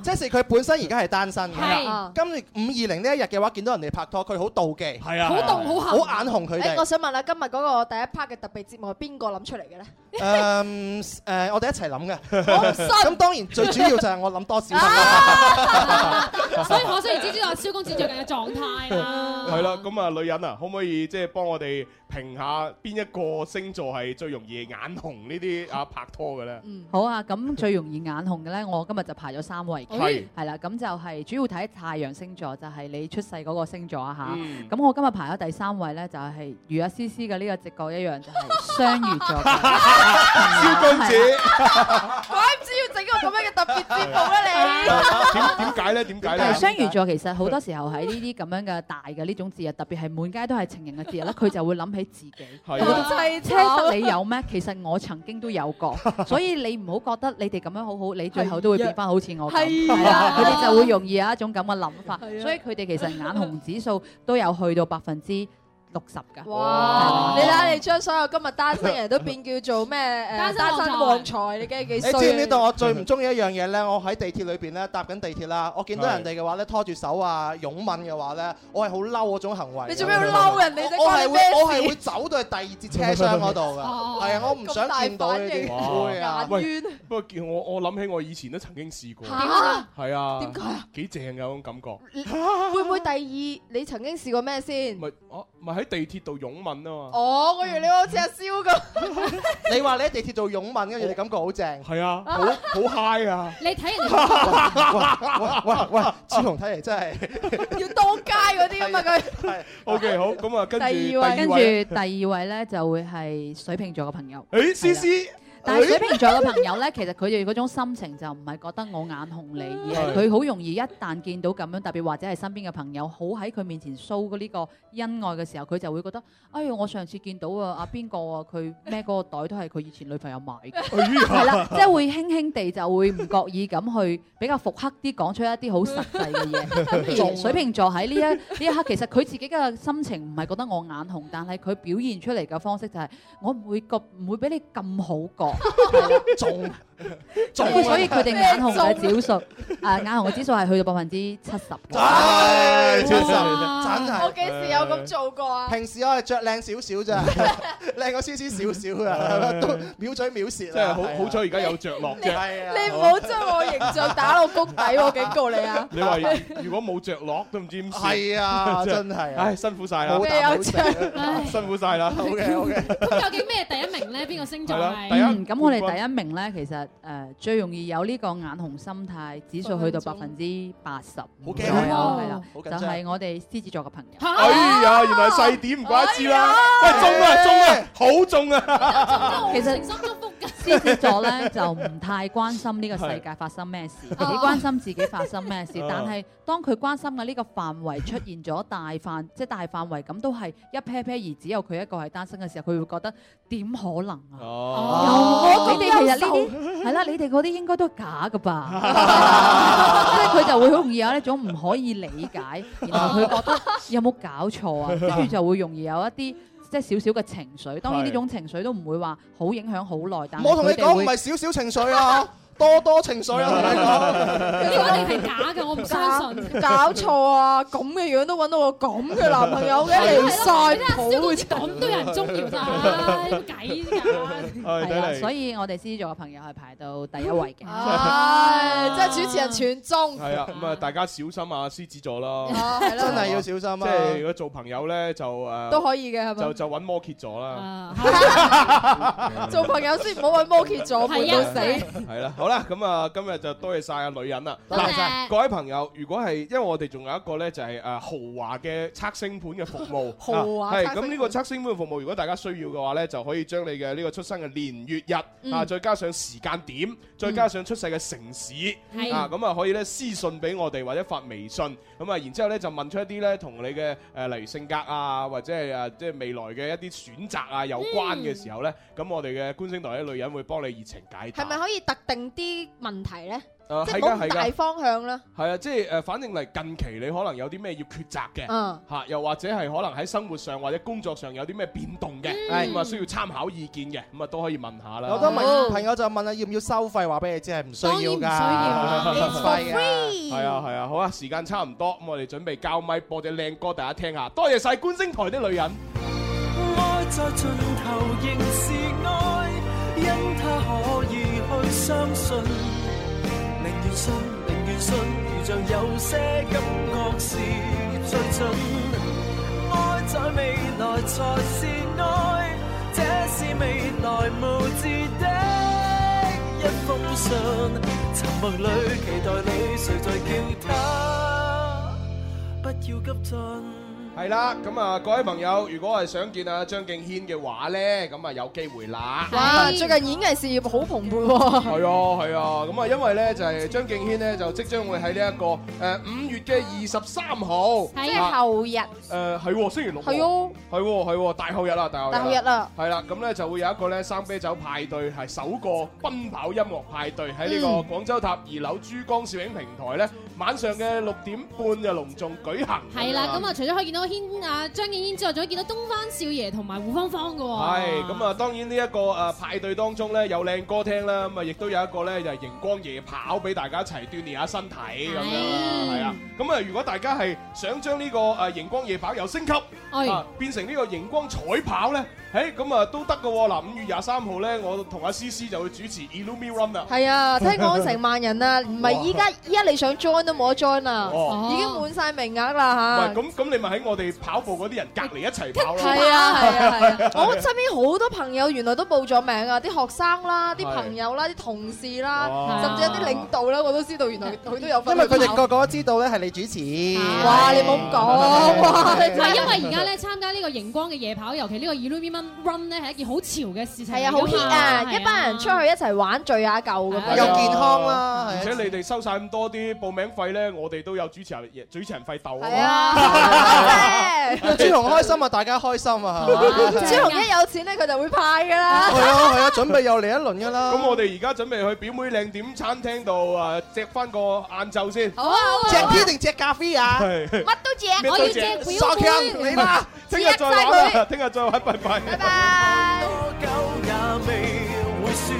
即係佢本身而家係單身
係
嘅
啊，
今年五二零呢一日嘅話，見到人哋拍拖，佢好妒忌，
係啊
好凍好
好
痕，
眼紅佢
誒
哋。
我想問啦，今日嗰個第一 part 嘅特別節目係邊個諗出嚟嘅 咧？
誒嗯誒，我哋一齊諗嘅。
信
咁當然最主要就係我諗多少。
所以可想而知知道阿蕭公子最近嘅狀態啦。
係啦，咁啊，女人啊，可唔可以即係幫我哋評下邊一個星座係最容易眼紅呢啲啊拍拖嘅
嗯
咧？
好啊，咁最容易眼紅嘅呢，我今日就排咗三位
係
嘅，係啦，咁就係主要睇太陽星座，就係你出世嗰個星座啊
嗯
嚇。咁我今日排咗第三位呢，就係如阿思思嘅呢個直覺一樣，就係雙魚座 嘅。
蕭公子
怪唔知要整個咁樣嘅特別節目
點
啦，
點解咧？點解咧？
但係雙魚座其實好多時候喺呢啲咁樣嘅大嘅呢種節日，特別係滿街都係情人嘅節日咧，佢就會諗起自己。
係
覺得
真係
車得你有咩？其實我曾經都有過，所以你唔好覺得你哋咁樣好好，你最後都會變翻好似我咁。
係啊
係啦，佢哋就會容易有一種咁嘅諗法，
係啊
所以佢哋其實眼紅指數都有去到百分之六十
你。
㗎。啊
哇！你睇下你將所有今日單身人都變叫 做咩誒
單身
單身
旺
旺財，你梗係幾
你
衰
知
啊？
唔知道我 最唔中意一樣嘢呢？我喺地鐵裏邊咧搭緊地鐵啦，我見到人哋嘅話咧拖住手啊、擁吻嘅話呢，我係好嬲嗰種行為。
你做咩要嬲人哋啫
我我係
關你咩事
會我 係會走到去第二節車廂嗰度 㗎，
哦
係啊，我唔想見到呢
咁大
啲。
哇
會啊，
喂，不過叫我我諗起我以前都曾經試過，
嚇點啊
係啊，
點解啊？
幾正嘅嗰種感覺，
會唔會第二你曾經試過咩先？
咪我咪喺地鐵度擁吻啊嘛，
哦，我以為你好似阿蕭咁。
你話你喺地鐵做擁吻，跟住你感覺好正。
係啊，好好 high 啊！
你睇人哋
喂喂喂，志雄睇嚟真係
要當街嗰啲咁啊佢。
OK，好，咁啊，跟住
第
第
二位，
二
跟
位，
住第二位咧就會係水瓶座嘅朋友。
誒思思，
但係水瓶座嘅朋友咧，其實佢哋嗰種心情就唔係覺得我眼紅你，而係佢好容易一旦見到咁樣，特別或者係身邊嘅朋友好喺佢面前 show 呢個恩愛嘅時候，佢就會覺得，哎呀，我上次見到啊阿邊個啊，佢孭嗰個袋都係佢以前女朋友買嘅，係啦，即係會輕輕地就會唔覺意咁去比較復刻啲講出一啲好實際嘅嘢。咁而水瓶座喺呢一呢一刻，其實佢自己嘅心情唔係覺得我眼紅，但係佢表現出嚟嘅方式就係、我唔會覺唔會俾你咁好過。
仲
所以 所以佢哋眼紅嘅指數，啊眼紅嘅指數係去到百分之七十。
唉，真係真係。
我幾時有咁做過啊？
平時我係着靚少少咋，靚過思思少少啊，都秒嘴秒舌啊。
真係好
係啊
好彩而家有着落啫。
你唔好將我形象打落谷底喎，警告你 啊！
你話如果冇着落都唔知點算。
係 啊
係
真係啊
唉，辛苦晒啦
好，大好食
唉
辛苦晒啦。好
嘅，好嘅。
咁究竟咩第一名咧？邊個星座係？
嗯，咁我哋第一名咧，其實誒最容易有呢個眼紅心態指數去到百分之八十，好
驚
係
啊
啦
好，緊
就
張
係我哋獅子座嘅朋友。
哎呀，原來細點唔
Ờ.
怪之啦。喂，中啊中啊，好中啊！
其實獅子座咧就唔太關心呢個世界發生咩事，自己關心自己發生咩事
哦。
但係當佢關心嘅呢個範圍出現咗大範，即係大範圍咁都係一 pair pair 而只有佢一個係單身嘅時候，佢會覺得點可能啊？
哦
你哋其實呢
優
啲係啦，你哋嗰啲應該都係假噶吧？即係佢就會好容易有一種唔可以理解，然後佢覺得有冇搞錯啊？跟住就會容易有一啲。即係少少嘅情緒，當然呢種情緒都唔會話好影響好耐，但係
我同你
佢哋
講，唔
會
係少少情緒啊，多多情緒啊，同你
呢
講。
個一定係假嘅，我唔相信。
搞錯啊！咁嘅樣都揾到個咁嘅男朋友嘅，
係
離
咯
晒
蕭
譜
公
嘅
子
啫
咁都有人中意啊，真係冇計㗎。
係
睇
啦，
嚟
所以我哋獅子座嘅朋友係排到第一位嘅。
唉，真係主持人全中。
係啊，咁啊，大家小心啊，獅子座啦
哦，係咯
真係要小心啊
即係如果做朋友咧，就誒
都可以嘅係咪啊
就就揾摩羯座啦。
做朋友先唔好揾摩羯座，悶到死。
係啦，好啦，咁啊，今日就多謝晒啊女人啦。
多謝晒
各位朋友，如果係因為我哋仲有一個咧，就係誒啊豪華嘅測星盤嘅服務。
豪華
啊係
測星盤
咁呢個測星盤服務，如果大家需要嘅話咧，就可以將你嘅呢個出生嘅年月日啊，
嗯
再加上時間點，再加上出世嘅城市
係
啊，咁啊可以咧私信俾我哋或者發微信。咁啊，然之後咧就問出一啲咧同你嘅誒例如性格啊，或者係誒即係未來嘅一啲選擇啊有關嘅
嗯
時候咧，咁我哋嘅觀星台嘅女人會幫你熱情解答。
係咪可以特定啲問題咧？
啊
即
係㗎
係冇
係
咁
㗎
大方向啦。
係啊，即係誒，反正嚟近期你可能有啲咩要抉擇嘅，
嗯
嚇，又或者係可能喺生活上或者工作上有啲咩變動嘅，
嗯
咁啊需要參考意見嘅，咁啊都可以問下啦。
有好多朋朋友就問啦，要唔要收費？話俾你知係唔需要㗎， 免費嘅。
係啊係啊，好啊，時間差唔多，咁我哋準備交咪播隻靚歌，大家聽下。多謝晒觀星台的女人。
愛在盡頭仍是愛，因它可以去相信，寧願信，寧願信，如像有些感覺是最準。愛在未來才是愛，這是未來無字的一封信，沉默裏期待你，誰在叫他不要急進？
係啦，咁啊，各位朋友，如果係想見啊張敬軒嘅話咧，咁啊有機會啦。
哇！最近演藝事業好蓬勃喎。
係啊，係啊，咁啊，因為咧就係張敬軒咧就即將會喺呢一個誒五月嘅二十三號，
即係後日，
誒係喎星期六喎，
係喎
係喎，係喎，大後日啦，大後日，
大後日啦，
係啦，咁咧就會有一個咧生啤酒派對，係首個奔跑音樂派對喺呢個廣州塔二樓珠江攝影平台咧，晚上嘅六點半就隆重舉行，
係啦，咁啊，除咗可以見到軒啊張敬軒之外，仲可以見到東方少爺同埋胡芳芳噶喎。
係咁啊！當然呢一個誒派對當中咧，有靚歌聽啦，咁啊亦都有一個咧就係熒光夜跑俾大家一齊鍛鍊下身體咁樣啦，係啊！咁啊，如果大家係想將呢個誒熒光夜跑又升級
哎
啊，變成呢個熒光彩跑咧，誒咁啊都得㗎喎！嗱，五月廿三號咧，我同阿思思就會主持 Illumi Run 啊，
係啊，聽講成萬人啊，唔係依家
哇
依家你想 join 都冇得
哦
join 啦，已經滿晒名額啦
喂，
嚇。
咁咁你咪喺我哋跑步嗰啲人隔離一齊跑咯，
係啊係啊係啊！我身邊好多朋友原來都報咗名啊，啲學生啦、啲
係
朋友啦、啲同事
哇
啦，甚至有啲領導啦，我都知道原來佢都有份
因為
去跑。
佢哋個個都知道咧係你主持。
哇！你冇咁講，哇！
唔係因為而家咧參加呢個熒光嘅夜跑，尤其呢個 Illumi Run 咧係一件好潮嘅事情。
係啊，好 hit 啊！一班人出去一齊玩，聚下舊咁樣，
係啊。
哦
而且你哋收晒咁多啲報名費咧，我哋都有主持人主持人費鬥啊。
啊朱紅開心啊，大家開心啊。
朱紅一有錢咧，佢就會派㗎啦。
係啊係啊，準備又嚟一輪㗎啦。
咁我哋而家準備去表妹靚點餐廳度啊，隻翻個晏晝先。
好啊好啊
隻 P 定隻咖啡啊？
係
乜都借
咩都借
索
佢
你啦
聽日再
錫
玩
晒
啦，
佢
聽日再玩，拜拜。拜
拜。
多久也未會說，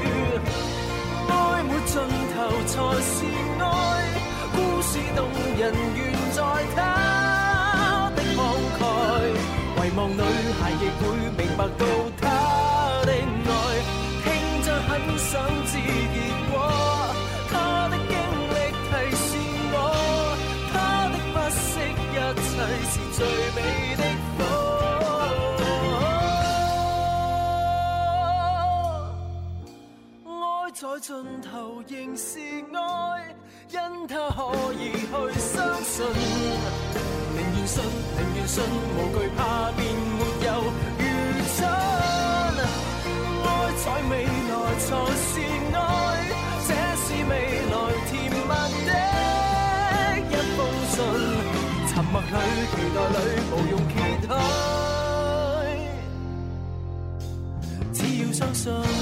愛沒盡頭才是愛，故事動人原在他的慷慨，遺忘女孩亦會明白到他的愛，聽着很想知結果，他的經歷提示我，他的不惜一切是最美的火。愛在盡頭仍是愛，因它可以去相信。寧願信，寧願信，無懼怕便沒有餘震。愛在未來才是愛，這是未來甜蜜的一封信。沉默裏，期待裏，無用揭開，只要相信。